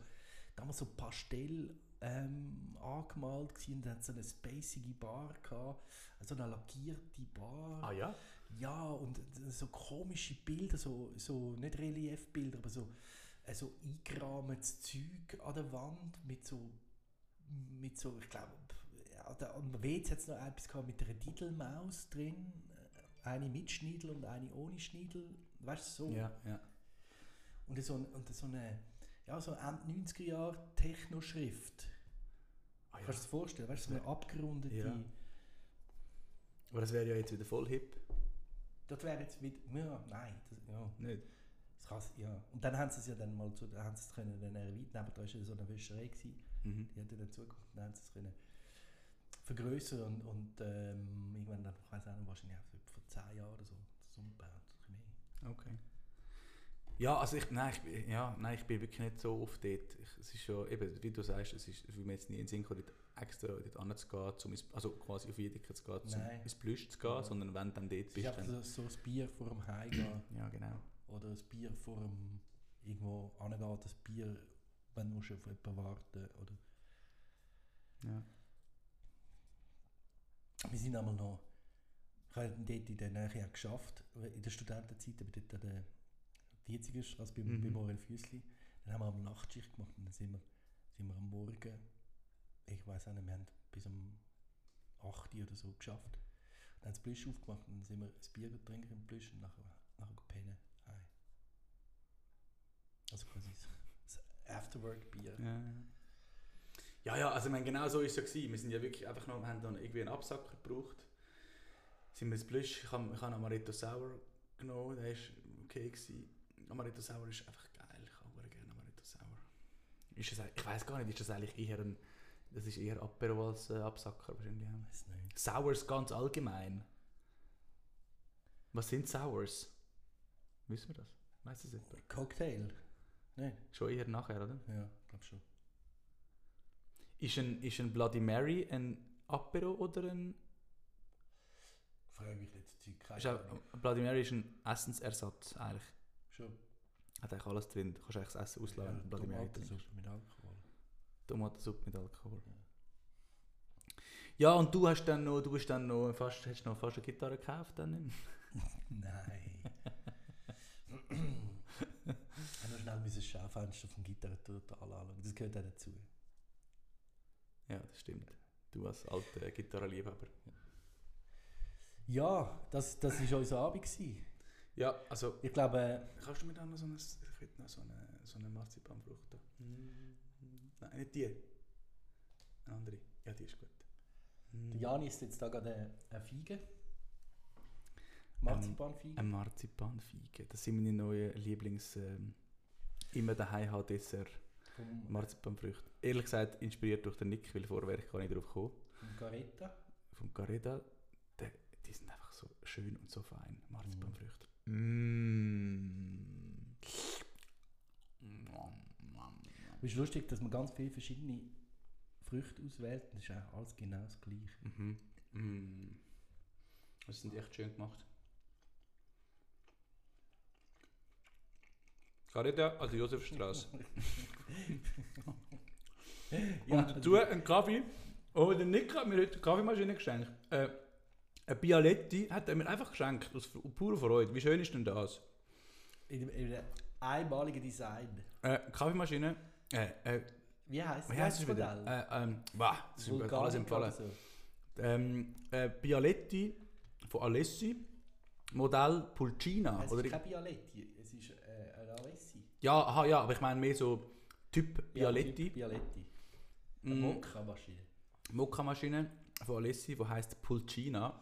S2: damals so Pastell ähm, angemalt gewesen, und dann hat so eine spacige Bar gehabt, also eine lackierte Bar.
S1: Ah ja?
S2: Ja, und so komische Bilder, so, so nicht Reliefbilder, aber so, äh, so eingerahmtes Zeug an der Wand mit so, mit so ich glaube, an der- am WC hat es noch etwas gehabt mit einer Didelmaus drin, äh, eine mit Schniedel und eine ohne Schniedel, weißt du, so.
S1: Ja, Ah, ja.
S2: Und so, ein- und so eine, ja, so Ende 90er Jahre Techno-Schrift.
S1: Ah, ja.
S2: Kannst du dir das vorstellen, weißt du, so eine abgerundete...
S1: Ja. Aber das wäre ja jetzt wieder voll hip.
S2: Das wäre jetzt mit, ja, nein, das, ja.
S1: Nicht?
S2: Das kann, ja. Und dann haben sie es ja dann mal zu, dann haben sie es können dann erweitern, aber da war ja so eine Wäscherei, gewesen,
S1: Mhm.
S2: die hat ja dann zugemacht, dann haben sie es können vergrößern und, und ähm, irgendwann, dann, ich weiß auch nicht, wahrscheinlich auch so vor 10 Jahren oder so, das umgebaut, ein bisschen mehr.
S1: Okay. Ja, also ich, nein, ich, bin- ja, nein, ich bin wirklich nicht so oft dort. Ich, es ist schon, eben, wie du sagst, es ist, es würde mir jetzt nie in den Sinn kommen, dort extra dort hinzugehen, zum ins, also quasi auf Jedeke zu gehen, zum
S2: Nein.
S1: ins Plüsch zu gehen,
S2: Ja.
S1: sondern wenn du dann dort
S2: Es ist
S1: bist,
S2: einfach
S1: dann...
S2: so, so ein Bier vor dem Heimgehen
S1: Ja, genau.
S2: oder ein Bier vor dem irgendwo angehen, das Bier, wenn du musst auf jemanden warten oder
S1: Ja.
S2: Wir sind einmal noch, Ich habe dort in der Nähe auch geschafft, in der Studentenzeit, aber dort an der Dietzigerstraße beim,
S1: Mhm.
S2: beim Orel Füssli. Dann haben wir am Nachtschicht gemacht und dann sind wir, sind wir am Morgen, ich weiß auch nicht, wir haben bis um 8 Uhr oder so geschafft. Dann haben sie Plüsch aufgemacht und dann sind wir ein Bier getrunken im Plüsch und nachher, nachher gepennen. Nein. Also quasi so- so Afterwork-Bier.
S1: Ja, ja. Ja, ja, also ich meine, genau so war es ja. Gewesen. Wir sind ja wirklich einfach noch, haben dann irgendwie einen Absacker gebraucht. Sind wir ins Blüsch, ich habe ich hab Amaretto Sour genommen, der war okay. Gewesen. Amaretto Sour ist einfach geil, ich habe sehr gerne Amaretto Sour. Ist das, eigentlich- ich weiß gar nicht, ist das eigentlich eher ein, das ist eher Apero als äh, Absacker wahrscheinlich. ja.
S2: Weiß nicht.
S1: Sours ganz allgemein. Was sind Sours? Wissen wir das? Weiss es jemand?
S2: Cocktail? Nein.
S1: Schon eher nachher, oder?
S2: Ja, ich glaube schon.
S1: Ist ein, ist ein Bloody Mary ein Apero oder ein.
S2: Frage mich jetzt Zeug. Keine
S1: Ist auch,
S2: Ahnung.
S1: Bloody Mary ist ein Essensersatz eigentlich.
S2: Schon.
S1: Hat eigentlich alles drin. Du kannst eigentlich das Essen ausladen. wenn du Bloody Mary trinkst.
S2: Tomatensuppe mit Alkohol.
S1: Tomatensuppe mit Alkohol. Ja, und du hast dann noch, du bist dann noch fast, hast noch fast eine Gitarre gekauft dann ne? im-
S2: Nein.
S1: <laughs>
S2: Ich musste schnell mein Schaufenster vom Gitarrentour anschauen. Das gehört auch dazu.
S1: Ja, das stimmt. Du als alter Gitarrenliebhaber.
S2: Ja, das war unser Abend. Gewesen.
S1: Ja, also.
S2: Ich glaube,
S1: Kannst du mir dann noch so eine, ich hätte noch so eine, so eine Marzipanfrucht da. Mhm. Nein, nicht die. Eine andere. Ja, die ist gut. Mhm.
S2: der Jani ist jetzt da gerade eine Feige. Marzipanfeige.
S1: Eine Marzipanfeige. Das sind meine neuen Lieblings... Ähm, immer daheim haben Dessert. ähm,
S2: Vom,
S1: Marzipanfrüchte. Ehrlich gesagt inspiriert durch den Nick, weil vorher wäre ich gar nicht drauf gekommen.
S2: vom Garetta.
S1: Vom Gareda. Die, die sind einfach so schön und so fein. Marzipanfrüchte. Mm. Mhm.
S2: Es ist lustig, dass man ganz viele verschiedene Früchte auswählt. Das ist eigentlich alles genau das Gleiche.
S1: Mhm. Mm. Das sind die echt schön gemacht. Gareda, also Josefstraße. und
S2: Also
S1: dazu einen Kaffee. Oh, der Nick hat mir heute eine Kaffeemaschine geschenkt. Äh, eine Bialetti hat er mir einfach geschenkt, aus purer Freude. Wie schön ist denn das?
S2: in, dem- in einem einmaligen Design.
S1: Äh, Kaffeemaschine. Äh, äh,
S2: Wie heißt
S1: wie heißt das wieder? Äh, ähm, wow, das ist mir gerade alles
S2: Vulkanica oder
S1: empfohlen.
S2: so.
S1: Ähm, äh, Bialetti von Alessi. Modell Pulcina.
S2: es
S1: Oder
S2: ist kein Bialetti, es ist äh, ein Alessi.
S1: ja, aha, ja, aber ich meine mehr so Typ
S2: Ja, Typ
S1: Bialetti.
S2: Bialetti. Eine
S1: Mm.
S2: Mokka-Maschine.
S1: Mokka-Maschine von Alessi, die heisst Pulcina.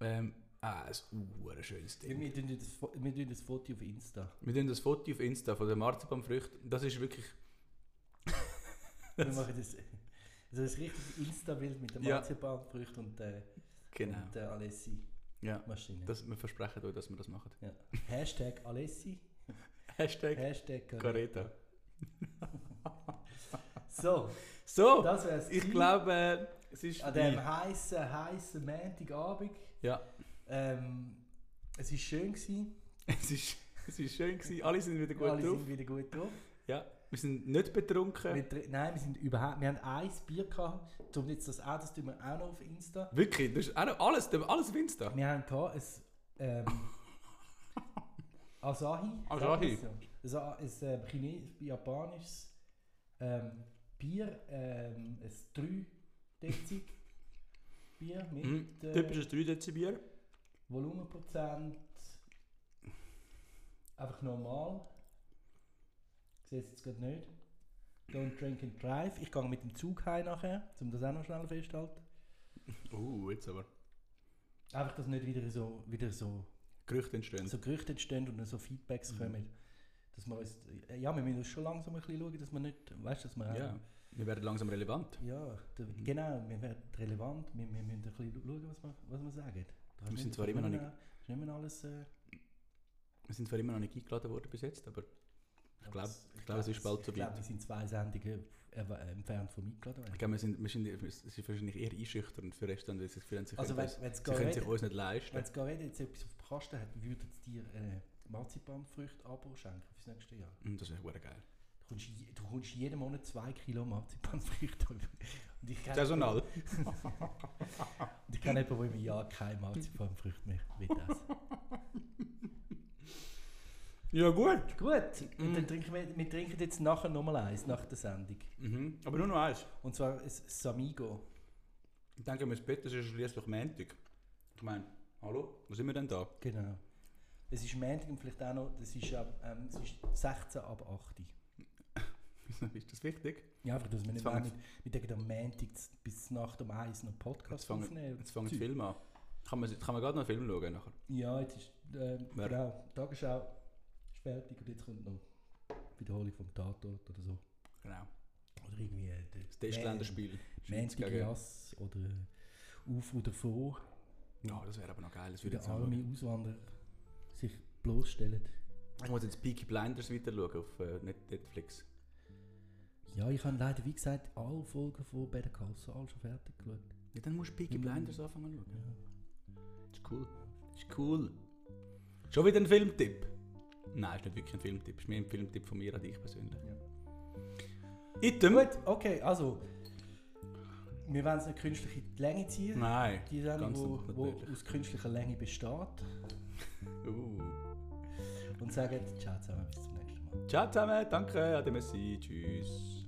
S1: Ähm, ah, ein uhr schönes Ding.
S2: Wir, wir, tun das, Fo- wir tun das Foto auf Insta.
S1: Wir tun das Foto auf Insta von der Marzipanfrüchte. Das ist wirklich. <laughs>
S2: Wir machen das, also das richtige Insta-Bild mit der
S1: Ja.
S2: Marzipanfrüchten und der,
S1: Genau.
S2: und äh, der Alessi-Maschine.
S1: Ja. Das, wir versprechen euch, dass wir das machen.
S2: ja. Hashtag Alessi,
S1: <laughs> Hashtag
S2: Hashtag
S1: Careta.
S2: So,
S1: So,
S2: das wär's.
S1: ich
S2: gewesen
S1: glaube, äh, es ist.
S2: An diesem
S1: vorbei.
S2: heißen, heißen Montagabend.
S1: Ja,
S2: Ähm, es war schön. Gewesen.
S1: <laughs> es ist, es ist schön gewesen. Alle sind wieder gut
S2: Alle
S1: drauf.
S2: sind wieder gut drauf.
S1: Ja. Wir sind nicht betrunken.
S2: Wir, tr- nein, wir sind überhaupt. Wir haben ein Bier gehabt. Um jetzt das auch, das tun wir auch noch auf Insta.
S1: Wirklich, das ist auch noch alles, alles auf Insta.
S2: Wir haben gehabt ein ähm, Asahi. sagt man
S1: Asahi.
S2: So. Ein, ein, ähm, chinesisches, japanisches ähm, Bier. Ähm, ein 3 Dezig Bier mit
S1: Mhm.
S2: äh,
S1: Typisches 3 Dezibier.
S2: Volumenprozent. Einfach normal. Ich sehe es jetzt gerade nicht. Don't drink and drive. Ich gehe mit dem Zug heim nachher, um das auch noch schnell festzuhalten.
S1: Uh, jetzt aber.
S2: Einfach, dass nicht wieder so, wieder so,
S1: Gerüchte entstehen.
S2: so Gerüchte entstehen und so Feedbacks
S1: Mhm.
S2: kommen. Dass wir uns, ja, wir müssen uns schon langsam ein bisschen schauen, dass wir nicht, weißt du, dass wir auch-
S1: Ja. Mhm. Wir werden langsam relevant.
S2: ja da, genau, wir werden relevant, wir, wir müssen ein bisschen schauen, was wir, was wir sagen. Du
S1: sind zwar immer noch nicht-
S2: Ist immer noch alles... Äh,
S1: Wir sind zwar immer noch nicht eingeladen worden bis jetzt, aber ich glaube, ich glaube, es ist bald
S2: Ich glaube,
S1: soweit.
S2: wir sind zwei Sendungen äh, äh, entfernt vom eingeladen
S1: Ich
S2: werden.
S1: glaube, wir sind, wir sind, wir sind wahrscheinlich eher einschüchternd für Restaurants, weil sie das Gefühl haben, sie
S2: Also
S1: können,
S2: wenn
S1: uns,
S2: es
S1: sie können sich
S2: Garede
S1: uns nicht leisten.
S2: wenn's Garede jetzt etwas auf dem Kasten hat, würden sie dir äh, Marzipanfrüchte-Abo schenken fürs nächste Jahr.
S1: Mm, Das wäre geil.
S2: Da Du kommst, je- du kommst jeden Monat 2 Kilo Marzipanfrüchte über. Und ich kenne
S1: Saisonal.
S2: und ich kenne jemanden, der im Jahr keine Marzipanfrüchte mehr will essen.
S1: Ja, <laughs> gut.
S2: Gut, und
S1: Mm.
S2: dann trinken wir, wir trinken jetzt nachher nochmal eins, nach der Sendung.
S1: Mhm. Aber nur noch eins.
S2: Und zwar ein Samigo.
S1: Ich denke, wir müssen ins Bett, das ist schließlich Montag. Ich meine, hallo, wo sind wir denn da? <laughs>
S2: Genau. Es ist Montag und vielleicht auch noch, das ist, ab, ähm, es ist 16 ab 8 Uhr.
S1: ist das wichtig?
S2: Ja, einfach, dass wir
S1: Jetzt
S2: nicht
S1: fangen-
S2: mit, mit dem Montag z- bis Nacht um 1 noch Podcast
S1: Jetzt fangen-
S2: aufnehmen.
S1: Jetzt fängt der Film an. Kann man, kann man gerade noch einen Film schauen nachher?
S2: Ja, jetzt ist ähm,
S1: Wer?
S2: genau, Tagesschau ist fertig und jetzt kommt noch Wiederholung vom Tatort oder so.
S1: Genau.
S2: Oder irgendwie äh, der-
S1: Das Testländerspiel.
S2: Man-
S1: Schweiz
S2: Montag
S1: gegen-
S2: Jass oder äh, Auf oder Vor,
S1: Ja, Oh, das wäre aber noch geil. Das
S2: wie
S1: würde
S2: der
S1: jetzt noch schauen.
S2: arme Auswanderer sich bloßstellen.
S1: ich muss jetzt Peaky Blinders weiter schauen auf äh, Net- Netflix.
S2: Ja, ich habe leider, wie gesagt, alle Folgen von Better Call Saul schon fertig geschaut.
S1: Ja, dann musst du Peaky
S2: Mhm.
S1: Blinders anfangen zu schauen.
S2: Ja.
S1: Ist cool. Ist cool. Schon wieder ein Filmtipp? Nein, ist nicht wirklich ein Filmtipp. Ist mehr ein Filmtipp von mir an dich persönlich.
S2: Ja.
S1: Item?
S2: Gut, okay, also. Wir wollen es nicht künstlich in die Länge ziehen.
S1: Nein.
S2: Die Sendung,
S1: ganz
S2: die wo,
S1: natürlich.
S2: aus künstlicher Länge besteht.
S1: Uh.
S2: Und sagen Ciao zusammen, bis zum nächsten Mal.
S1: Ciao zusammen, danke, Ademessi, tschüss.